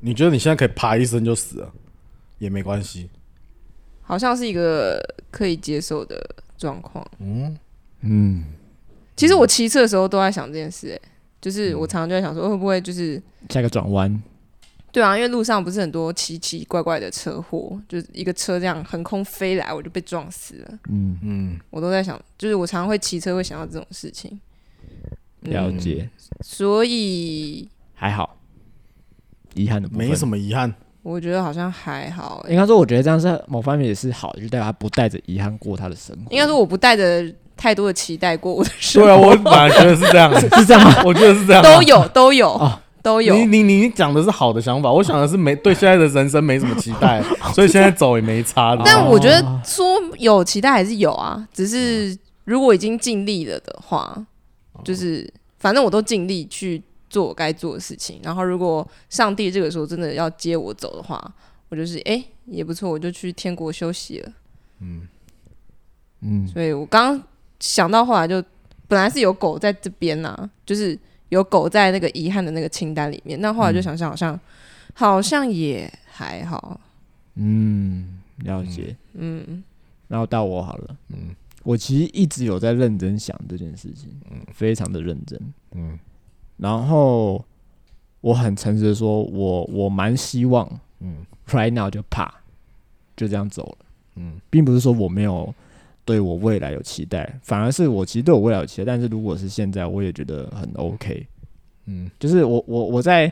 S2: 你觉得你现在可以啪一声就死了，也没关系。
S3: 好像是一个可以接受的状况。
S2: 嗯，
S1: 嗯，
S3: 其实我骑车的时候都在想这件事、欸，就是
S2: 嗯
S3: 我常常就在想说，会不会就是
S1: 下一个转弯，
S3: 对啊，因为路上不是很多奇奇怪怪的车祸，就是一个车这样横空飞来，我就被撞死了。
S1: 嗯，
S2: 嗯，
S3: 我都在想，就是我常常会骑车会想到这种事情，
S1: 了解，
S3: 所以
S1: 还好，遗憾的部分
S2: 没什么遗憾。
S3: 我觉得好像还好、
S2: 哎
S3: 欸
S1: 应该说，我觉得这样是某方面也是好，就代表他不带着遗憾过他的生活。
S3: 应该说我不带着太多的期待过我的生
S2: 对啊，
S3: 活，
S2: 我本来觉得是这样，
S1: 是这样吗？
S2: 我觉得是这样啊。
S3: 都有都有、
S1: 啊
S3: 都有
S2: 你。你你你讲的是好的想法，我想的是没对现在的人生没什么期待，所以现在走也没差的。
S3: 但我觉
S1: 哦
S3: 得说有期待还是有啊，只是如果已经尽力了的话，就是反正我都尽力去做我该做的事情。然后如果上帝这个时候真的要接我走的话，我就是哎、诶也不错，我就去天国休息了。
S2: 嗯，
S1: 嗯，
S3: 所以我刚想到后来就本来是有狗在这边呐、就是有狗在那个遗憾的那个清单里面，那后来就想想好像、好像也还好，
S1: 嗯，了解。
S3: 嗯，
S1: 然后到我好了，
S2: 嗯，
S1: 我其实一直有在认真想这件事情，非常的认真。
S2: 嗯，
S1: 然后我很诚实的说，我我蛮希望，
S2: 嗯
S1: right now 就啪，就这样走了，
S2: 嗯
S1: 并不是说我没有对我未来有期待，反而是我其实对我未来有期待，但是如果是现在，我也觉得很 OK。
S2: 嗯
S1: 就是我我我在，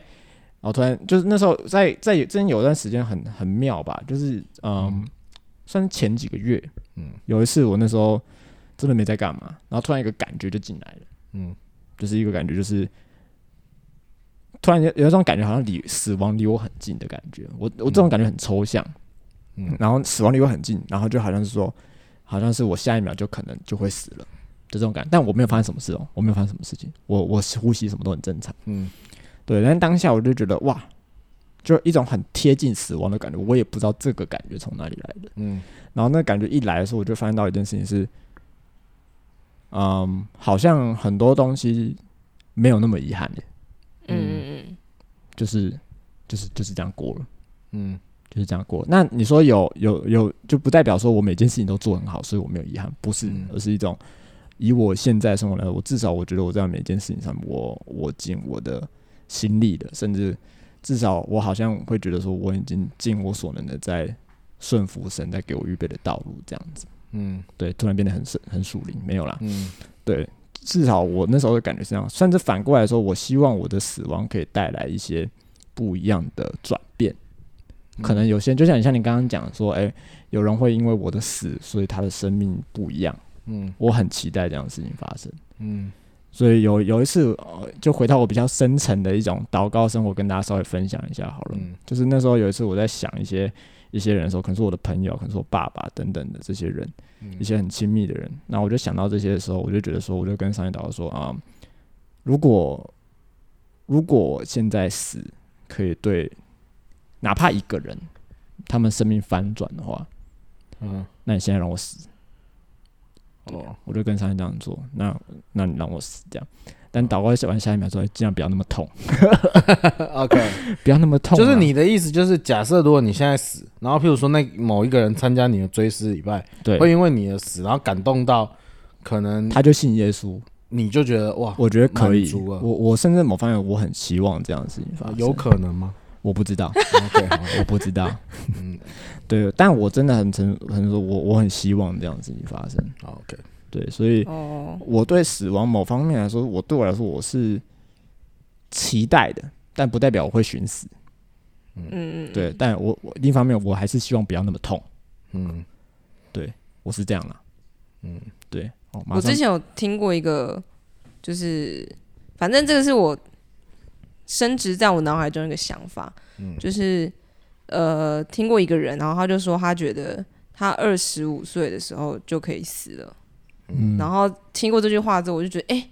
S1: 我突然就是那时候在在真有段时间很很妙吧，就是嗯，
S2: 嗯
S1: 算是前几个月，
S2: 嗯
S1: 有一次我那时候真的没在干嘛，然后突然一个感觉就进来了，
S2: 嗯
S1: 就是一个感觉就是。突然有有一种感觉，好像离死亡离我很近的感觉。我我这种感觉很抽象，
S2: 嗯
S1: 然后死亡离我很近，然后就好像是说，好像是我下一秒就可能就会死了，就这种感觉。但我没有发生什么事哦，我没有发生什么事情，我我呼吸什么都很正常。
S2: 嗯
S1: 对，但当下我就觉得哇，就一种很贴近死亡的感觉，我也不知道这个感觉从哪里来的。
S2: 嗯
S1: 然后那感觉一来的时候，我就发现到一件事情是，嗯，好像很多东西没有那么遗憾耶，
S3: 嗯嗯嗯，
S1: 就是就是就是这样过了。
S2: 嗯
S1: 就是这样过。那你说有有有，就不代表说我每件事情都做很好，所以我没有遗憾，不是，
S2: 嗯
S1: 而是一种以我现在生活来说，我至少我觉得我在每件事情上我，我尽我的心力的，甚至至少我好像会觉得说我已经尽我所能的在顺服神在给我预备的道路，这样子。
S2: 嗯
S1: 对，突然变得很神很属灵，没有啦。
S2: 嗯
S1: 对，至少我那时候的感觉是这样。甚至反过来说，我希望我的死亡可以带来一些不一样的转变。可能有些人就像你像你刚刚讲说，诶，有人会因为我的死，所以他的生命不一样。
S2: 嗯
S1: 我很期待这样的事情发生。
S2: 嗯
S1: 所以有有一次，呃，就回到我比较深层的一种祷告生活，跟大家稍微分享一下好了。
S2: 嗯
S1: 就是那时候有一次我在想一些一些人的时候，可能是我的朋友，可能是我爸爸等等的这些人，一些很亲密的人。那我就想到这些的时候，我就觉得说，我就跟上一祷告说啊、如果如果我现在死，可以对哪怕一个人，他们生命翻转的话，
S2: 嗯
S1: 那你现在让我死，
S2: 哦
S1: 我就跟上一这样做。那那你让我死这样。但祷告完下一秒说，尽量不要那么痛，
S2: ，OK。
S1: 不要那么痛啊、
S2: 就是你的意思，就是假设如果你现在死，然后譬如说那某一个人参加你的追思礼拜，
S1: 对，
S2: 会因为你的死，然后感动到，可能
S1: 他就信耶稣，
S2: 你就觉得哇，
S1: 我觉得可以。
S2: 满足
S1: 我
S2: 了
S1: 我甚至某方面我很希望这样的事情发生。
S2: 有可 能吗
S1: 我不知道，
S2: ？OK，好
S1: 我不知道。
S2: 嗯
S1: 对，但我真的很诚很说，我我很希望这样的事情发生。
S2: 好，OK，
S1: 对，所以
S3: 哦，
S1: 我对死亡某方面来说，我对我来说我是期待的，但不代表我会寻死。
S3: 嗯嗯，
S1: 对，但我我另一方面我还是希望不要那么痛，
S2: 嗯
S1: 我是这样啦。
S2: 嗯
S1: 对，哦，马
S3: 我
S1: 上
S3: 之前有听过一个，就是反正这个是我升职在我脑海中一个想法，
S2: 嗯
S3: 就是呃，听过一个人，然后他就说他觉得他二十五岁的时候就可以死了，
S1: 嗯
S3: 然后听过这句话之后，我就觉得哎、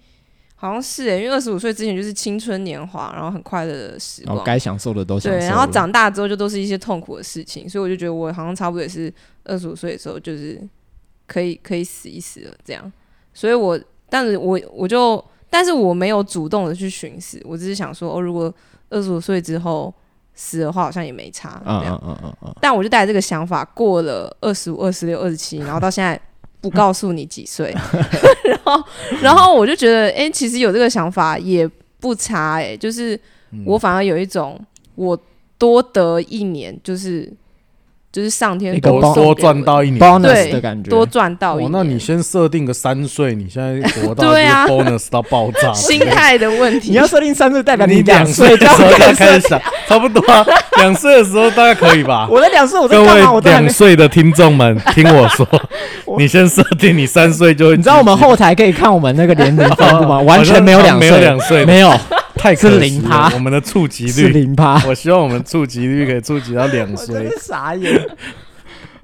S3: 好像是哎、因为二十五岁之前就是青春年华，然后很快乐的时
S1: 然
S3: 光
S1: 后，该享受的都享受
S3: 对，
S1: 了。
S3: 然后长大之后就都是一些痛苦的事情，所以我就觉得我好像差不多也是二十五岁的时候，就是可以可以死一死了这样。所以我，但是我我就，但是我没有主动的去寻死，我只是想说，哦，如果二十五岁之后死的话，好像也没差这
S1: 嗯，
S3: 样。
S1: 嗯嗯嗯嗯
S3: 但我就带着这个想法过了二十五、二十六、二十七，然后到现在不告诉你 几岁，然后然后我就觉得，哎、其实有这个想法也不差、诶，哎，就是
S2: 嗯
S3: 我反而有一种我多得一年，就是就是上天
S1: 一个
S2: 多
S1: 包
S3: 送给
S2: 多
S3: 我
S2: 赚到一年。
S1: ，bonus
S3: 对
S1: 的感觉，
S3: 多赚到一
S2: 哦，
S3: 年，
S2: 那你先设定个三岁，你现在 活到
S3: 对啊
S2: 这个 bonus 到爆炸，
S3: 心态的问题，
S1: 你要设定三岁，代表
S2: 你
S1: 两岁
S2: 的
S1: 就
S2: 时
S1: 要
S2: 候就要
S1: 开
S2: 开始想，差不多啊，两岁的时候大概可以吧。
S1: 我在两岁，我在
S2: 各
S1: 干嘛？
S2: 位
S1: 我在还
S2: 两
S1: 没
S2: 岁的听众们，听我 说，你先设定你三岁就会，
S1: 你知道我们后台可以看我们那个年龄分 布吗？
S2: 哦
S1: 完全没有两
S2: 没有两
S1: 岁，
S2: 岁
S1: 没有
S2: 太可惜了
S1: 是零趴
S2: 我们的触及
S1: 是
S2: 率，
S1: 零趴。
S2: 我希望我们触及率可以触及到两岁，
S1: 傻眼，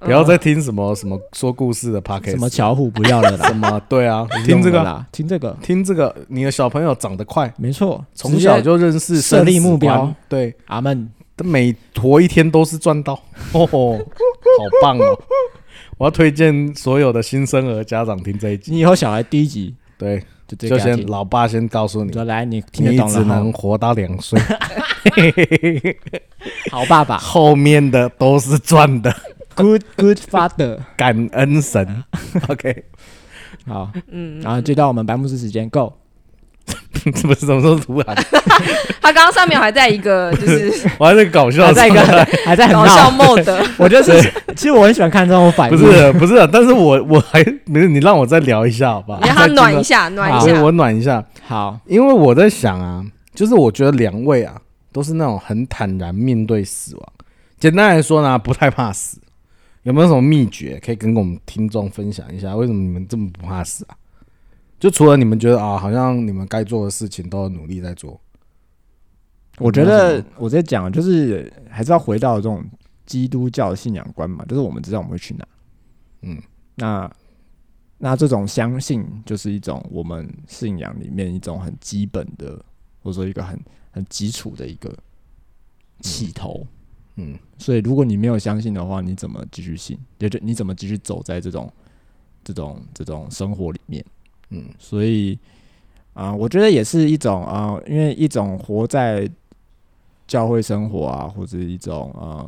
S2: 不要再听什么什么说故事的 p o c k e t
S1: 什么巧虎不要了啦
S2: 什，么对啊，
S1: 不用
S2: 听这
S1: 了
S2: 个
S1: 啦，听这个，
S2: 听这个，你的小朋友长得快，
S1: 没错，
S2: 从小
S1: 直接
S2: 就认识
S1: 设立
S2: 生死
S1: 目标
S2: 观，对
S1: 阿门，
S2: 每活一天都是赚 到哦，好棒哦！我要推荐所有的新生儿家长听这一集，
S1: 你以后小孩第一集
S2: 对，
S1: 就直接
S2: 就
S1: 给他
S2: 先
S1: 听，
S2: 老爸先告诉你，
S1: 说来你听得
S2: 你
S1: 懂
S2: 只
S1: 了
S2: 能
S1: 哈，
S2: 活到两岁，
S1: 好爸爸
S2: 后面的都是赚的，
S1: ，Good Good Father，
S2: 感恩 神。OK，
S1: 好，
S3: 嗯，
S1: 然后就到我们白牧师时间，Go，
S2: 这不是怎么说突然？
S3: 他刚刚上面还在一个 就是
S2: 我还在搞笑
S1: 还在一个
S2: 状态
S1: 还在很
S3: 搞笑
S1: 哎闹，
S3: mode，
S1: 我就是其实我很喜欢看这种
S3: 哎
S1: 反应，
S2: 不是不 是，但是我我还没事，你让我再聊一下好不好？
S3: 你让他
S2: 再
S3: 暖
S2: 进
S3: 一下，暖
S2: 入
S3: 一
S1: 好
S2: 对
S3: 下。
S2: 我暖一下，
S1: 好，
S2: 因为我在想啊，就是我觉得两位啊都是那种很坦然面对死亡。简单来说呢，不太怕死。有没有什么秘诀可以跟我们听众分享一下？为什么你们这么不怕死啊？就除了你们觉得啊，好像你们该做的事情都有努力在做，
S1: 我觉得我在讲就是还是要回到这种基督教的信仰观嘛，就是我们知道我们会去哪，
S2: 嗯，
S1: 那那这种相信就是一种我们信仰里面一种很基本的，或者说一个很很基础的一个起头。
S2: 嗯，
S1: 所以如果你没有相信的话，你怎么继续信？也就你怎么继续走在这种这种这种生活里面？
S2: 嗯，
S1: 所以啊、我觉得也是一种啊、因为一种活在教会生活啊，或者一种啊、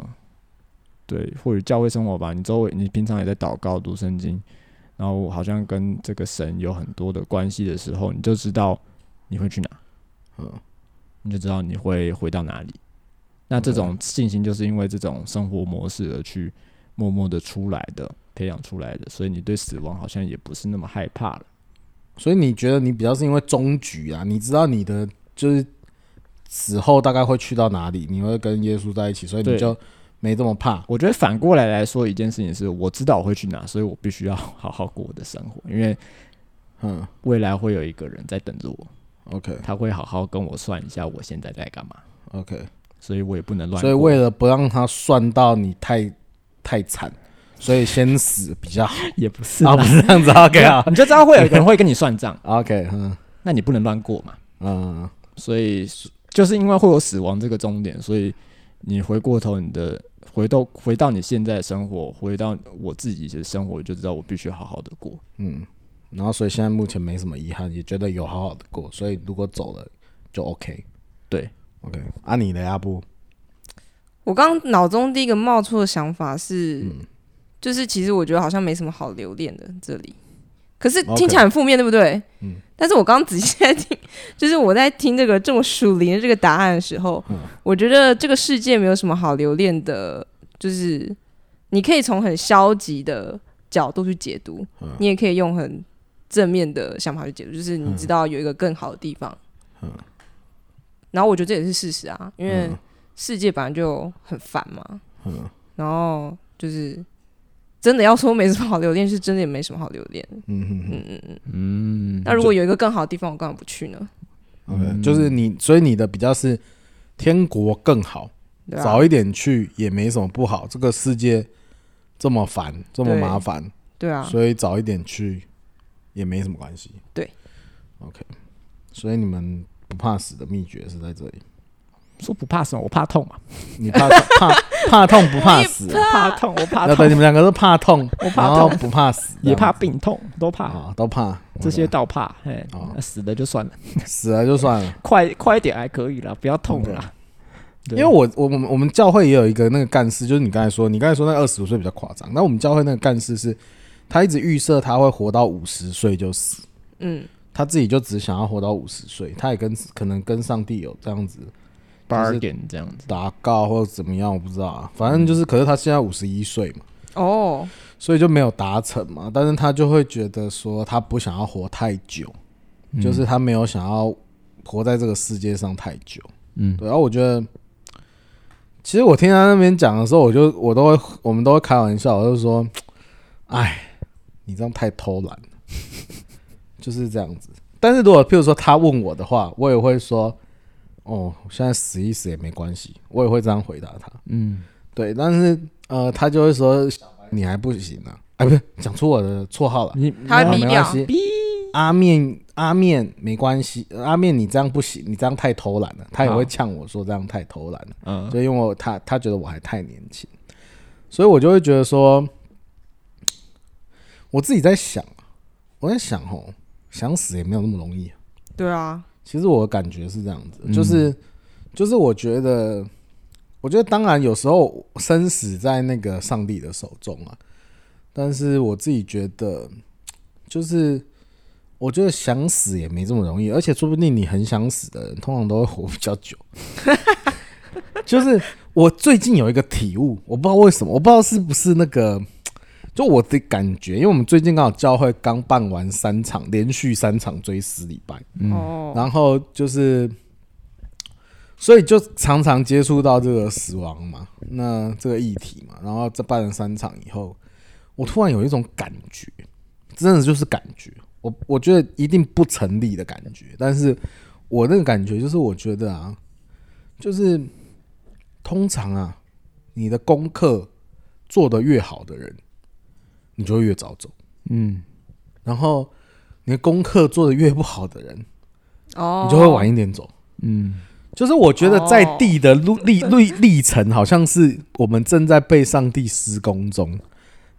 S1: 对，或者教会生活吧。你周围，你平常也在祷告、读圣经，然后好像跟这个神有很多的关系的时候，你就知道你会去哪，
S2: 嗯，
S1: 你就知道你会回到哪里。那这种信心就是因为这种生活模式而去默默的出来的、培养出来的，所以你对死亡好像也不是那么害怕了。
S2: 所以你觉得你比较是因为终局啊？你知道你的就是死后大概会去到哪里，你会跟耶稣在一起，所以你
S1: 对
S2: 就没这么怕。
S1: 我觉得反过来来说，一件事情是我知道我会去哪，所以我必须要好好过我的生活，因为
S2: 嗯
S1: 未来会有一个人在等着我，
S2: ，OK
S1: 他会好好跟我算一下我现在在干嘛，
S2: OK。
S1: 所以我也不能乱过。
S2: 所以为了不让他算到你太太惨，所以先死比 较好。
S1: 也不是啦
S2: 啊，不是这样子，OK 啊，
S1: 你就知道会有一个人会跟你算账
S2: ，OK，嗯
S1: 那你不能乱过嘛。
S2: 嗯
S1: 所以就是因为会有死亡这个终点，所以你回过头，你的回到回到你现在的生活，回到我自己的生活，就知道我必须好好的过。
S2: 嗯，然后所以现在目前没什么遗憾，也觉得有好好的过，所以如果走了就 OK。
S1: 对
S2: ，OK，啊，你的阿布，
S3: 我刚刚脑中第一个冒出的想法是，
S2: 嗯
S3: 就是其实我觉得好像没什么好留恋的这里，可是
S2: OK
S3: 听起来很负面，对不对？
S2: 嗯
S3: 但是我刚刚仔细在听，就是我在听这个这么属灵的这个答案的时候，
S2: 嗯
S3: 我觉得这个世界没有什么好留恋的，就是你可以从很消极的角度去解读，
S2: 嗯
S3: 你也可以用很正面的想法去解读，就是你知道有一个更好的地方。
S2: 嗯
S3: 然后我觉得这也是事实啊，因为
S2: 嗯
S3: 世界本来就很烦嘛，
S2: 嗯
S3: 然后就是真的要说没什么好留恋，是真的也没什么好留恋。
S2: 嗯
S3: 嗯嗯嗯。
S1: 嗯
S3: 那如果有一个更好的地方，我干嘛不去呢？
S2: 嗯，OK，
S1: 嗯
S2: 就是你，所以你的比较是天国更好，
S3: 对吧、
S2: 早一点去也没什么不好，这个世界这么烦，这么
S3: 对
S2: 麻烦，
S3: 对啊，
S2: 所以早一点去也没什么关系。
S3: 对
S2: ，OK，所以你们不怕死的秘诀是在这里，
S1: 说不怕什么，我怕痛 啊，
S2: 你怕怕怕痛不怕死啊、
S1: 怕痛，我怕
S2: 那对，你
S1: 痛，
S2: 们两个都怕痛，
S1: 我怕
S2: 然后
S1: 痛
S2: 不怕死，
S1: 也怕
S2: 这
S1: 病痛，都
S2: 样子
S1: 怕，
S2: 啊，都怕
S1: 这些
S2: OK，
S1: 倒怕。哎
S2: 哦，
S1: 那死了就算了，
S2: 死了就算了。
S1: 快快一点还可以啦，不要痛了啦。
S2: 因
S1: 对
S2: 为我我我们我们教会也有一个那个干事，就是你刚才说，你刚才说那二十五岁比较夸张，那我们教会那个干事是，他一直预设他会活到五十岁就死，
S3: 嗯，
S2: 他自己就只想要活到五十岁，他也跟可能跟上帝有这样子
S1: bargain 这样子，
S2: 打告或者怎么样，我不知道啊。反正就是，可是他现在五十一岁嘛，
S3: 哦，
S2: 所以就没有达成嘛。但是他就会觉得说，他不想要活太久，就是他没有想要活在这个世界上太久。
S1: 嗯，
S2: 对，然后我觉得，其实我听他那边讲的时候，我就我都会，我们都会开玩笑，我就说，哎，你这样太偷懒了， 就是这样子。但是如果譬如说他问我的话，我也会说，哦，我现在死一死也没关系，我也会这样回答他。
S1: 嗯，
S2: 对，但是呃，他就会说，小白你还不行啊，哎，不是，讲出我的绰号了，
S1: 嗯你
S3: 他会
S2: 啊
S3: 逼
S2: 没
S3: 掉
S2: 关系，阿面阿面没关系，呃阿面你这样不行，你这样太偷懒了。他也
S1: 好
S2: 会呛我说这样太偷懒了，
S1: 嗯
S2: 就因为我他他觉得我还太年轻，所以我就会觉得说，我自己在想，我在想哦，想死也没有那么容易啊、
S3: 对啊，
S2: 其实我的感觉是这样子，就是、就是我觉得，我觉得当然有时候生死在那个上帝的手中啊，但是我自己觉得，就是我觉得想死也没这么容易，而且说不定你很想死的人，通常都会活比较久。 就是我最近有一个体悟，我不知道为什么，我不知道是不是那个。就我的感觉，因为我们最近刚好教会刚办完三场，连续三场追思礼拜，
S3: 哦，
S2: 然后就是，所以就常常接触到这个死亡嘛，那这个议题嘛，然后这办了三场以后，我突然有一种感觉，真的就是感觉，我我觉得一定不成立的感觉，但是我那个感觉就是，我觉得啊，就是通常啊，你的功课做得越好的人，你就会越早走，
S1: 嗯，
S2: 然后你的功课做得越不好的人，
S3: 哦，
S2: 你就会晚一点走。
S1: 嗯，
S2: 就是我觉得在地的 路历历历程，好像是我们正在被上帝施工中。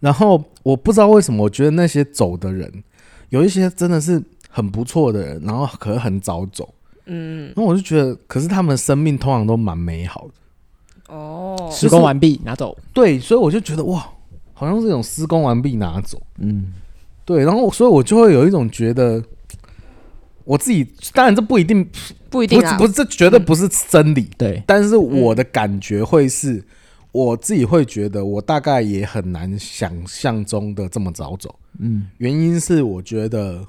S2: 然后我不知道为什么，我觉得那些走的人，有一些真的是很不错的人，然后可能很早走。
S3: 嗯，
S2: 那我就觉得，可是他们生命通常都蛮美好的。
S3: 哦，
S1: 施工完毕拿走，
S2: 对，所以我就觉得哇，好像这种施工完毕拿走。
S1: 嗯
S2: 对，然后所以我就会有一种觉得，我自己当然这不一定，
S3: 不一
S2: 不
S3: 定
S2: 是
S3: 啊，嗯
S2: 不是这绝对不是真理，
S1: 对，
S2: 但是我的感觉会是，我自己会觉得我大概也很难想象中的这么早走。
S1: 嗯
S2: 原因是我觉得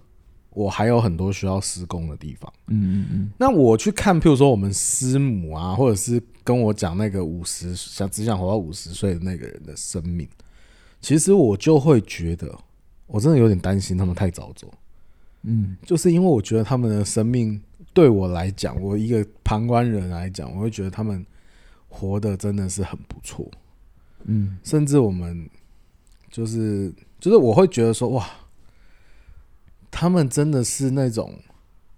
S2: 我还有很多需要施工的地方。
S1: 嗯嗯
S2: 那我去看，譬如说我们师母啊，或者是跟我讲那个五十想只想活到五十岁的那个人的生命，其实我就会觉得，我真的有点担心他们太早走。
S1: 嗯
S2: 就是因为我觉得他们的生命对我来讲，我一个旁观人来讲，我会觉得他们活得真的是很不错，
S1: 嗯嗯，
S2: 甚至我们就是就是我会觉得说哇，他们真的是那种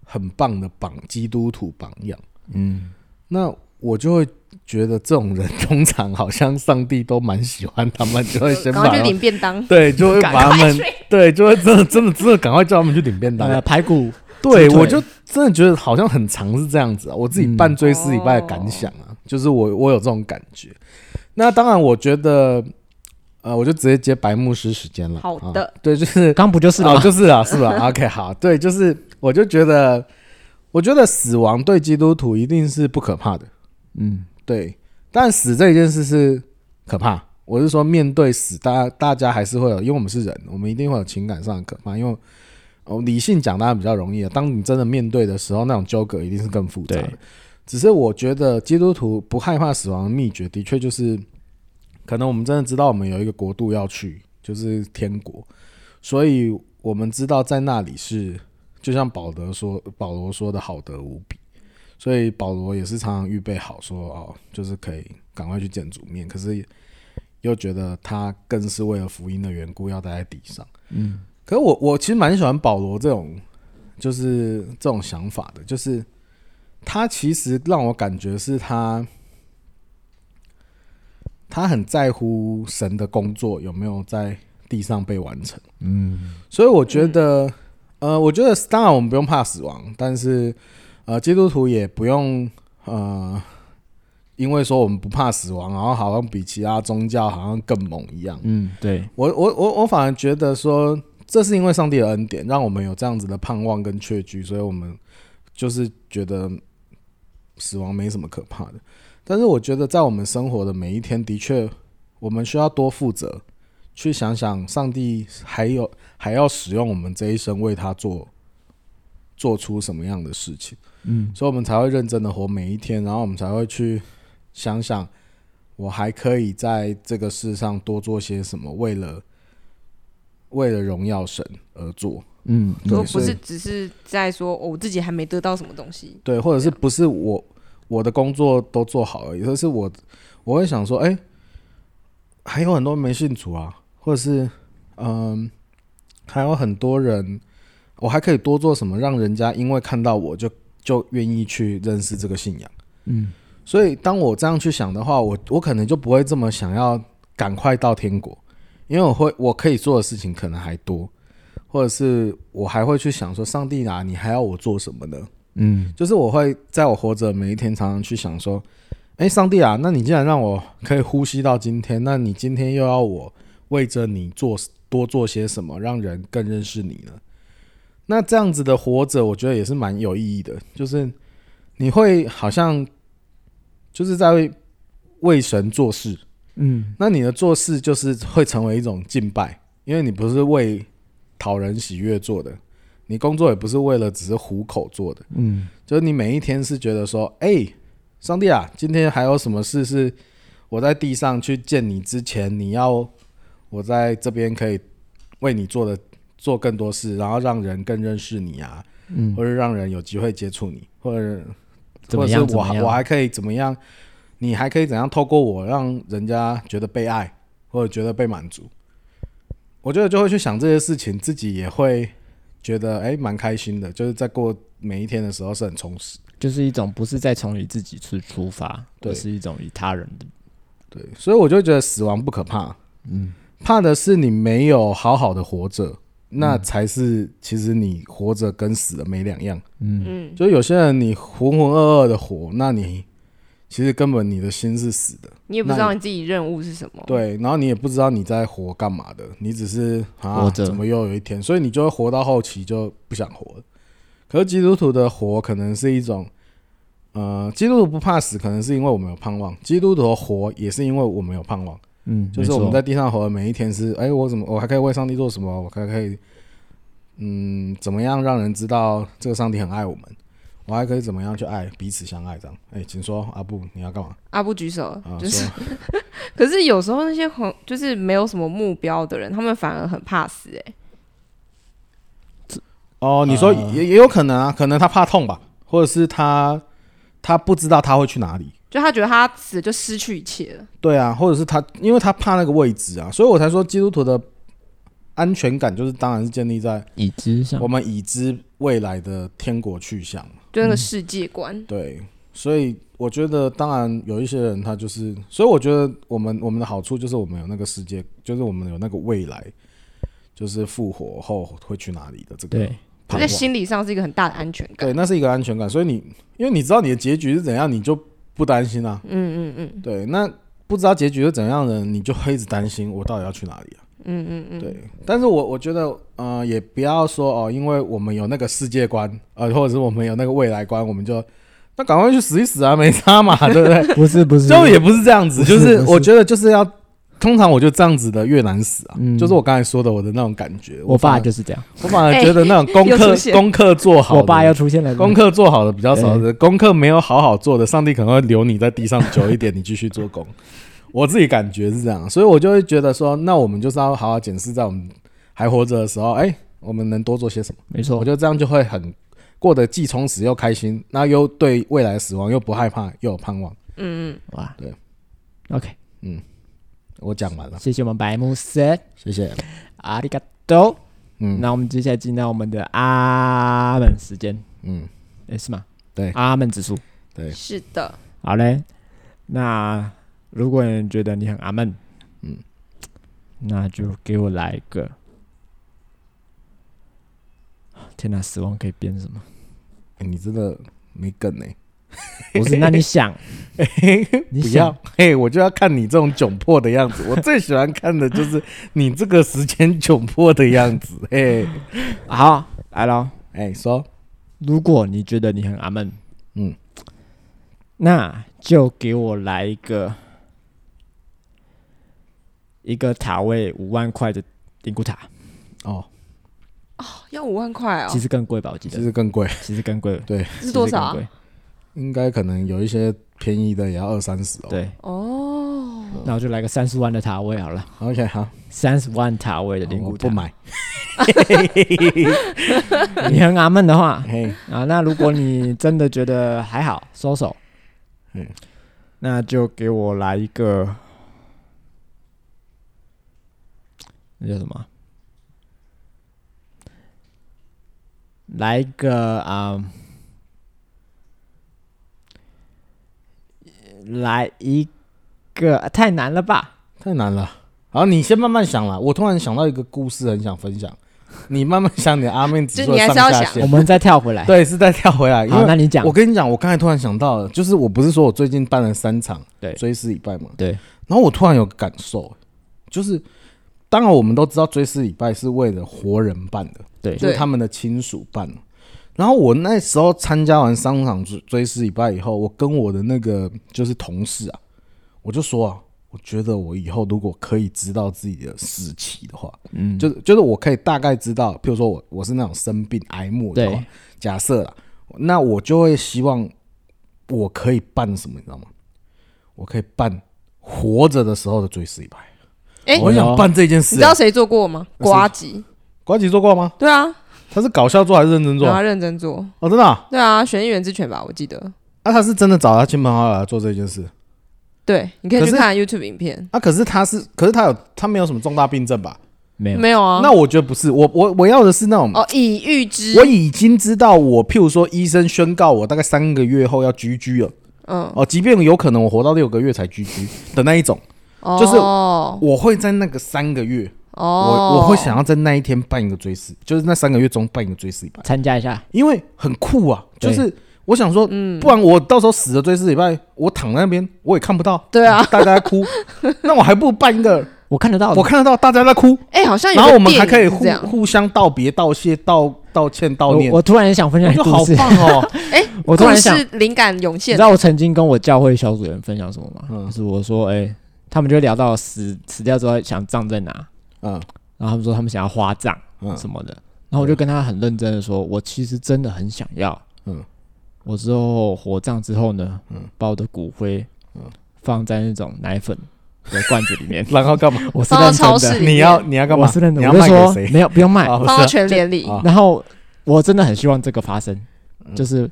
S2: 很棒的榜基督徒榜样。
S1: 嗯，
S2: 那我就会觉得这种人通常好像上帝都蛮喜欢他们，就会先
S3: 赶
S2: 把
S3: 快去
S2: 他们
S3: 领便当，
S2: 对，就会
S1: 赶
S2: 把他们对，就会真的真的真的赶快叫他们去领便当。
S1: 呃，排骨，鸡
S2: 对，
S1: 腿
S2: 我就真的觉得好像很常是这样子啊。我自己办追思礼拜的感想
S1: 嗯
S2: 啊，就是我我有这种感觉。那当然，我觉得，呃，我就直接接白牧师时间了。
S3: 好
S2: 啊
S3: 的
S2: 对，就是
S1: 刚不 就是了
S2: 哦，
S1: 吗？
S2: 就是啊，是吧？OK，好，对，就是我就觉得，我觉得死亡对基督徒一定是不可怕的，
S1: 嗯
S2: 对。但死这一件事是可怕，我是说面对死，大家大家还是会有，因为我们是人，我们一定会有情感上的可怕，因为。哦，理性讲当然比较容易啊。当你真的面对的时候，那种纠葛一定是更复杂的
S1: 对。
S2: 只是我觉得基督徒不害怕死亡的秘诀，的确就是，可能我们真的知道我们有一个国度要去，就是天国，所以我们知道在那里是，就像保德说，保罗说的好得无比。所以保罗也是常常预备好说哦，就是可以赶快去见主面，可是又觉得他更是为了福音的缘故要待在地上。
S1: 嗯
S2: 可是我我其实蛮喜欢保罗这种，就是这种想法的，就是他其实让我感觉是他，他很在乎神的工作有没有在地上被完成。
S1: 嗯
S2: 所以我觉得，呃，我觉得当然我们不用怕死亡，但是呃，基督徒也不用呃，因为说我们不怕死亡，然后好像比其他宗教好像更猛一样。
S1: 嗯，对，
S2: 我我我我反而觉得说，这是因为上帝的恩典，让我们有这样子的盼望跟确据，所以我们就是觉得死亡没什么可怕的。但是我觉得，在我们生活的每一天，的确我们需要多负责，去想想上帝还有还要使用我们这一生为他做做出什么样的事情。
S1: 嗯
S2: 所以我们才会认真的活每一天，然后我们才会去想想，我还可以在这个世上多做些什么，为了为了荣耀神而做，
S1: 嗯，
S2: 对
S3: 我
S1: 嗯
S3: 不
S2: 所
S3: 是
S2: 以
S3: 只是在说哦我自己还没得到什么东西，
S2: 对，或者是不是我我的工作都做好而已，而是我我会想说，哎、还有很多没信主啊，或者是嗯，还有很多人我还可以多做什么，让人家因为看到我就就愿意去认识这个信仰。
S1: 嗯，
S2: 所以当我这样去想的话，我我可能就不会这么想要赶快到天国，因为我会我可以做的事情可能还多，或者是我还会去想说，上帝啊，你还要我做什么呢？
S1: 嗯，
S2: 就是我会在我活着的每一天，常常去想说，哎，上帝啊，那你既然让我可以呼吸到今天，那你今天又要我为着你做多做些什么，让人更认识你呢？那这样子的活着，我觉得也是蛮有意义的，就是你会好像就是在为为神做事，
S1: 嗯，
S2: 那你的做事就是会成为一种敬拜，因为你不是为讨人喜悦做的，你工作也不是为了只是糊口做的。
S1: 嗯，
S2: 就是你每一天是觉得说，哎、上帝啊，今天还有什么事是我在地上去见你之前，你要我在这边可以为你做的做更多事，然后让人更认识你啊，
S1: 嗯，
S2: 或者让人有机会接触你，或者
S1: 怎么
S2: 或者是
S1: 样？怎
S2: 我
S1: 么
S2: 还
S1: 样？
S2: 我还可以怎么样？你还可以怎样透过我让人家觉得被爱，或者觉得被满足？我觉得就会去想这些事情，自己也会觉得哎蛮、开心的，就是在过每一天的时候是很充实。
S1: 就是一种不是再从你自己去出发，
S2: 对
S1: 而是一种以他人的。
S2: 对，所以我就觉得死亡不可怕，
S1: 嗯，
S2: 怕的是你没有好好的活着，那才是其实你活着跟死了没两样。
S1: 嗯
S3: 嗯，
S2: 就有些人你浑浑噩噩的活，那你其实根本你的心是死的，
S3: 你也不知道你自己任务是什么。，
S2: 对，然后你也不知道你在活干嘛的，你只是啊
S1: 活着
S2: 怎么又有一天，所以你就会活到后期就不想活了。可是基督徒的活可能是一种，呃，基督徒不怕死，可能是因为我们有盼望；基督徒的活也是因为我们有盼望。
S1: 嗯，
S2: 就是我
S1: 没
S2: 们
S1: 错
S2: 在地上活的每一天是，哎、我怎么我还可以为上帝做什么？我还可以，嗯，怎么样让人知道这个上帝很爱我们？我还可以怎么样去爱彼此相爱？这样，哎、请说，阿布，你要干嘛
S3: 阿布举手了
S2: 啊？
S3: 就
S2: 说
S3: 是， 可是有时候那些很就是没有什么目标的人，他们反而很怕死、欸。哎，
S2: 哦，你说
S1: 呃
S2: 也也有可能啊，可能他怕痛吧，或者是他他不知道他会去哪里，
S3: 就他觉得他死了就失去一切了。
S2: 对啊，或者是他因为他怕那个位置啊，所以我才说基督徒的安全感就是当然是建立在
S1: 已知上
S2: 我，们已知未来的天国去向。
S3: 就那个世界观，
S2: 对，所以我觉得，当然有一些人他就是，所以我觉得我们我们的好处就是我们有那个世界，就是我们有那个未来，就是复活后会去哪里的这个
S1: 对，
S3: 这
S2: 盼
S3: 在
S2: 望。
S3: 心理上是一个很大的安全感。
S2: 对，那是一个安全感。所以你因为你知道你的结局是怎样，你就不担心啊。
S3: 嗯嗯嗯
S2: 对，那不知道结局是怎样的，你就会一直担心我到底要去哪里啊？
S3: 嗯嗯嗯，
S2: 对，但是我我觉得，呃，也不要说哦，因为我们有那个世界观，呃，或者是我们有那个未来观，我们就那赶快去死一死啊，没差嘛，对不对？
S1: 不是不是，
S2: 就也不是这样子，
S1: 不
S2: 就是是
S1: 不是
S2: 我觉得就是要，通常我就这样子的越难死啊，
S1: 嗯
S2: 就是我刚才说的我的那种感觉。
S1: 我
S2: 反
S1: 爸
S2: 而
S1: 就是这样，
S2: 我反而觉得那种功
S3: 又
S2: 课
S3: 出现
S2: 功课做好的，
S1: 我爸又出现了，
S2: 功课做好的比较少的，功课没有好好做的，上帝可能会留你在地上久 一点，你继续做工。我自己感觉是这样，所以我就会觉得说，那我们就是要好好检视，在我们还活着的时候，哎、我们能多做些什么。
S1: 没错
S2: 我觉，得这样就会很过得既充实又开心，那又对未来死亡又不害怕，又有盼望。
S3: 嗯嗯，
S1: 哇，
S2: 对
S1: ，OK，
S2: 我讲完了，
S1: 谢谢我们白木森，
S2: 谢谢。
S1: 阿里嘎多。
S2: 嗯，
S1: 那我们接下来进到我们的阿门时间，
S2: 嗯，
S1: 诶，是吗？
S2: 对
S1: 阿门指数。
S2: 对，
S3: 是的，
S1: 好嘞，那如果你觉得你很阿闷，
S2: 嗯，
S1: 那就给我来一个。天哪，死亡可以编什 么？
S2: 欸你真的没梗欸呢、
S1: 不是，那你 想，你
S2: 不
S1: 想
S2: 要，嘿，我就要看你这种窘迫的样子。我最喜欢看的就是你这个时间窘迫的样子。嘿，
S1: 好来喽。
S2: 哎、说，
S1: 如果你觉得你很阿闷，
S2: 嗯，
S1: 那就给我来一个一个塔位五万块的灵骨塔，
S2: 哦，
S3: 要五万块
S1: 其
S3: 哦，
S1: 实更贵吧？我记
S2: 其
S1: 得，
S2: 实更贵，
S1: 其实更贵，
S3: 是多
S1: 其
S3: 少
S1: 实更
S3: 啊？
S1: 贵
S2: 应该可能有一些便宜的也要二三十哦。
S1: 对，
S3: 哦，
S1: 那我就来个三十万的塔位好了，
S2: ，OK，好，
S1: 三十万塔位的灵
S2: 我
S1: 骨
S2: 哦不
S1: 塔。
S2: 买。
S1: 你很阿闷的话
S2: 嘿，
S1: 啊，那如果你真的觉得还好，收手，
S2: 嗯，
S1: 那就给我来一个，那叫什么？来一个啊、嗯来一个太难了吧？
S2: 太难了。好，你先慢慢想啦。我突然想到一个故事，很想分享。你慢慢想，你的阿妹只
S3: 就你还是要想
S1: 我们再跳回来。
S2: 对是再跳回来，因
S1: 好，
S2: 为
S1: 那你讲
S2: 我。跟你讲，我刚才突然想到了，就是我不是说我最近办了三场
S1: 对
S2: 追思礼拜嘛，
S1: 对，
S2: 然后我突然有个感受，就是当然我们都知道追思礼拜是为了活人办的，
S1: 对
S2: 就是他们的亲属办的。然后我那时候参加完商场追追思礼拜以后，我跟我的那个就是同事啊，我就说啊，我觉得我以后如果可以知道自己的死期的话，
S1: 嗯，
S2: 就是就是我可以大概知道，譬如说我我是那种生病癌末的话
S1: 对，
S2: 假设啦，那我就会希望我可以办什么，你知道吗？我可以办活着的时候的追思礼拜。
S3: 哎
S2: 我很想办这件事、啊
S3: 你知道谁做过吗？瓜吉，
S2: 瓜吉做过吗？
S3: 对啊，
S2: 他是搞笑做还是认真做
S3: 让？他认真做，
S2: 哦，真的啊、
S3: 对啊，选议员之权吧，我记得。
S2: 那、啊他是真的找他亲朋好友来做这件事。
S3: 对，你可以
S2: 可
S3: 去
S2: 是
S3: 看 YouTube 影片。
S2: 啊，可是他是，可是他有，他没有什么重大病症吧？
S1: 没有
S3: 没有啊，
S2: 那我觉得不是，我我我要的是那种，
S3: 哦，以预知
S2: 我，已经知道我，譬如说医生宣告我大概三个月后要居居了，
S3: 嗯，
S2: 哦，即便有可能我活到六个月才居居的那一种，就是
S3: 哦，
S2: 我会在那个三个月，
S3: 哦
S2: 我我会想要在那一天办一个追思，就是那三个月中办一个追思礼拜，
S1: 参加一下。
S2: 因为很酷啊，就
S1: 对
S2: 是我想说，
S3: 嗯
S2: 不然我到时候死了追思礼拜，我躺在那边我也看不到，
S3: 对啊，
S2: 大家在 哭，那我还不如办一个，
S1: 我看得到的，
S2: 我看得到大家在哭，
S3: 哎、好像有
S2: 然后
S3: 个
S2: 我们
S3: 电
S2: 还可以
S3: 影是
S2: 互
S3: 这样，
S2: 互相道别、道谢、道道歉、道
S1: 我
S2: 念，
S1: 我突然想分享一
S2: 就
S1: 个
S2: 好
S1: 故事，
S2: 棒哦！
S3: 哎、
S1: 我突然想
S3: 故事灵感涌
S1: 你
S3: 现
S1: 知，道我曾经跟我教会小组员分享什么吗？
S2: 嗯
S1: 就是我说，哎、他们就聊到死死掉之后想葬在哪，
S2: 嗯
S1: 然后他们说他们想要花葬
S2: 嗯
S1: 什么的，然后我就跟他很认真的说，我其实真的很想要，
S2: 嗯
S1: 我之后火葬之后呢，
S2: 嗯，
S1: 把我的骨灰放在那种奶粉的罐子里面
S2: 然后干嘛？
S1: 我是
S3: 放到
S1: 认
S3: 超
S1: 真的，
S3: 市里面，
S2: 你要你要干嘛
S1: 我？是认
S2: 你
S1: 真的，
S2: 要
S1: 我就
S2: 卖给
S1: 说
S2: 谁？
S1: 没有不用卖，
S2: 啊不
S3: 放到
S2: 是啊
S3: 全联里，
S2: 啊嗯
S1: 然后我真的很希望这个发生，就是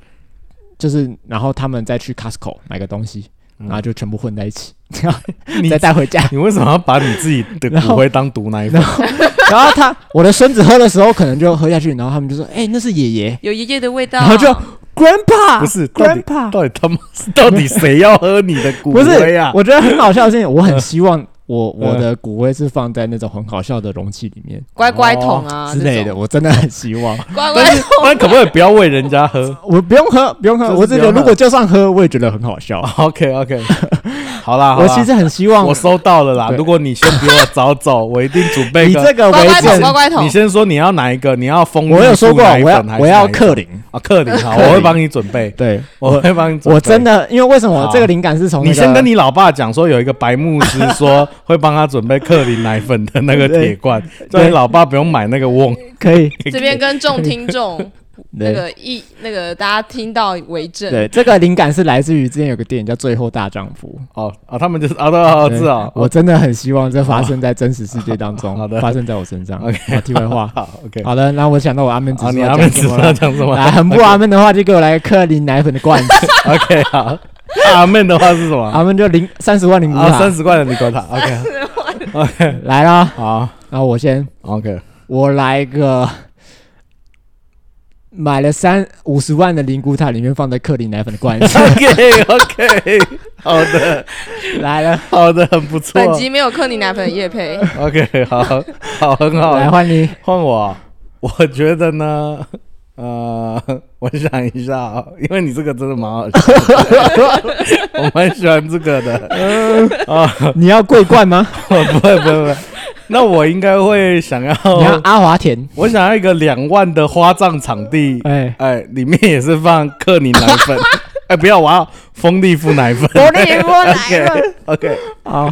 S1: 就是，然后他们再去 Costco 买个东西，
S2: 嗯
S1: 然后就全部混在一起，然后
S2: 你
S1: 再带回 家。
S2: 你为什么要把你自己的
S1: 然后
S2: 骨灰当毒奶粉？
S1: 然后他我的孙子喝的时候可能就喝下去，然后他们就说：“哎、那是爷爷
S3: 有爷爷的味道，啊
S1: 然后就，Grandpa
S2: 啊不是，到底
S1: Grandpa。
S2: 到底他妈是到底谁要喝你的”骨
S1: 不是
S2: 灰啊，？
S1: 我觉得很搞笑的事情，我很希望我
S2: 嗯
S1: 我的骨灰是放在那种很好笑的容器里面
S3: 乖乖桶
S2: 嗯
S3: 啊
S1: 哦之类
S3: 这
S1: 的，
S3: 种
S1: 我真的很希 望。
S3: 乖乖
S2: 但是但可不可以不要喂人家喝
S1: 我不用喝，不用
S2: 就
S1: 喝，
S2: 是
S1: 我只觉得
S2: 不用喝
S1: 如果就算喝，我也觉得很好笑。
S2: ？OK OK，好啦，好
S1: 我
S2: 啦
S1: 其实很希望
S2: 啊我收到了啦。
S1: 对
S2: 如果你先比我早走，我一定准备
S1: 以
S2: 一
S1: 这
S2: 个。
S1: 个
S3: 乖
S1: 为
S3: 乖桶，
S1: 准
S3: 乖，乖桶
S2: 你，先说你要哪一个？你要蜂蜜
S1: 我有说过
S2: 素奶
S1: 我要
S2: 粉还是
S1: 我
S2: 哪
S1: 要
S2: 一种
S1: 克林，
S2: 啊，克林好，
S1: 克林
S2: 我会帮你准备，
S1: 对
S2: 我会帮你准备。
S1: 我真，的，因为为什么
S2: 好
S1: 这个灵感是从
S2: 你先跟
S1: 你
S2: 你老爸讲说，有一个白牧师 说会帮他准备克林奶粉的那个铁罐，
S1: 对
S2: 让你老爸不用买那个瓮。
S1: 可以
S3: 这边跟众听众那
S1: 对
S3: 个一那个大家听到为证，
S1: 对，这个灵感是来自于之前有个电影叫《最后大丈夫
S2: 哦啊，他们就是啊，对啊，》，
S1: 对
S2: 是啊，
S1: 我真的很希望这发生在真实世界当中，
S2: 好的
S1: 发生在我身上。
S2: OK
S1: 好题外 话，
S2: 好 OK，
S1: 好的，那我想到我阿门指
S2: 啊，
S1: 数
S2: 你
S1: 要
S2: 阿
S1: 讲
S2: 妹知
S1: 什么
S2: 道
S1: 了。哎
S2: 讲什么
S1: 来，很不阿门的话，就给我来克林奶粉的罐子，
S2: ？OK，好，阿妹的话是什么？
S1: 阿门就零三十万零五
S2: 啊，
S1: 塔
S2: 三十块的尼古塔。OK，
S1: 来啦。
S2: 好
S1: 然后我先，
S2: ，OK，
S1: 我来一个买了三五十万的灵骨塔，里面放的克林奶粉的罐子
S2: OK，OK，好的，
S1: 来了，
S2: 好的，很不错。
S3: 本集没有克你奶粉的叶配，
S2: OK，好，好，很好，
S1: 来换你。
S2: 换我，我觉得呢，呃， 我想一下、哦，因为你这个真的蛮好笑的，我蛮喜欢这个的。啊、
S1: 你要桂冠吗？
S2: 我不会，不会，不会。那我应该会想要，
S1: 你要阿华田？
S2: 我想要一个两万的花葬场地，
S1: 哎，
S2: 哎、里面也是放克林奶粉，哎、不要，我要蜂蜜富奶粉。
S1: 哦
S3: 我立波奶
S2: OK OK，
S1: 好，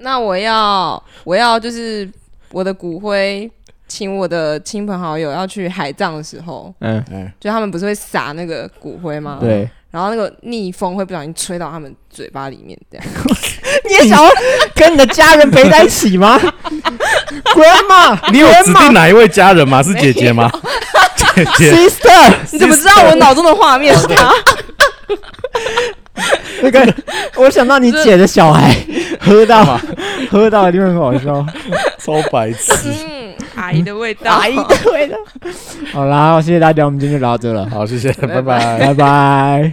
S3: 那我要我要就是我的骨灰，请我的亲朋好友要去海葬的时候，
S1: 嗯，
S2: 哎、
S3: 就他们不是会撒那个骨灰吗？。
S1: 对，
S3: 然后那个逆风会不小心吹到他们嘴巴里面， 这样。
S1: 你也想要跟你的家人陪在一起 吗？Grandma，
S2: 你有指定哪一位家人吗？是姐姐吗？ 姐姐，
S1: sister，
S3: 你怎么知道我脑中的画面是他？
S1: 那个，我想到你姐的小孩喝到喝到，一定会很好笑。
S2: 超白痴。
S3: 嗯，阿姨的味道。
S1: 阿姨对的。好啦，谢谢大家，我们今天就聊到这了，
S2: 好，谢谢，
S3: 拜
S2: 拜拜
S1: 拜拜。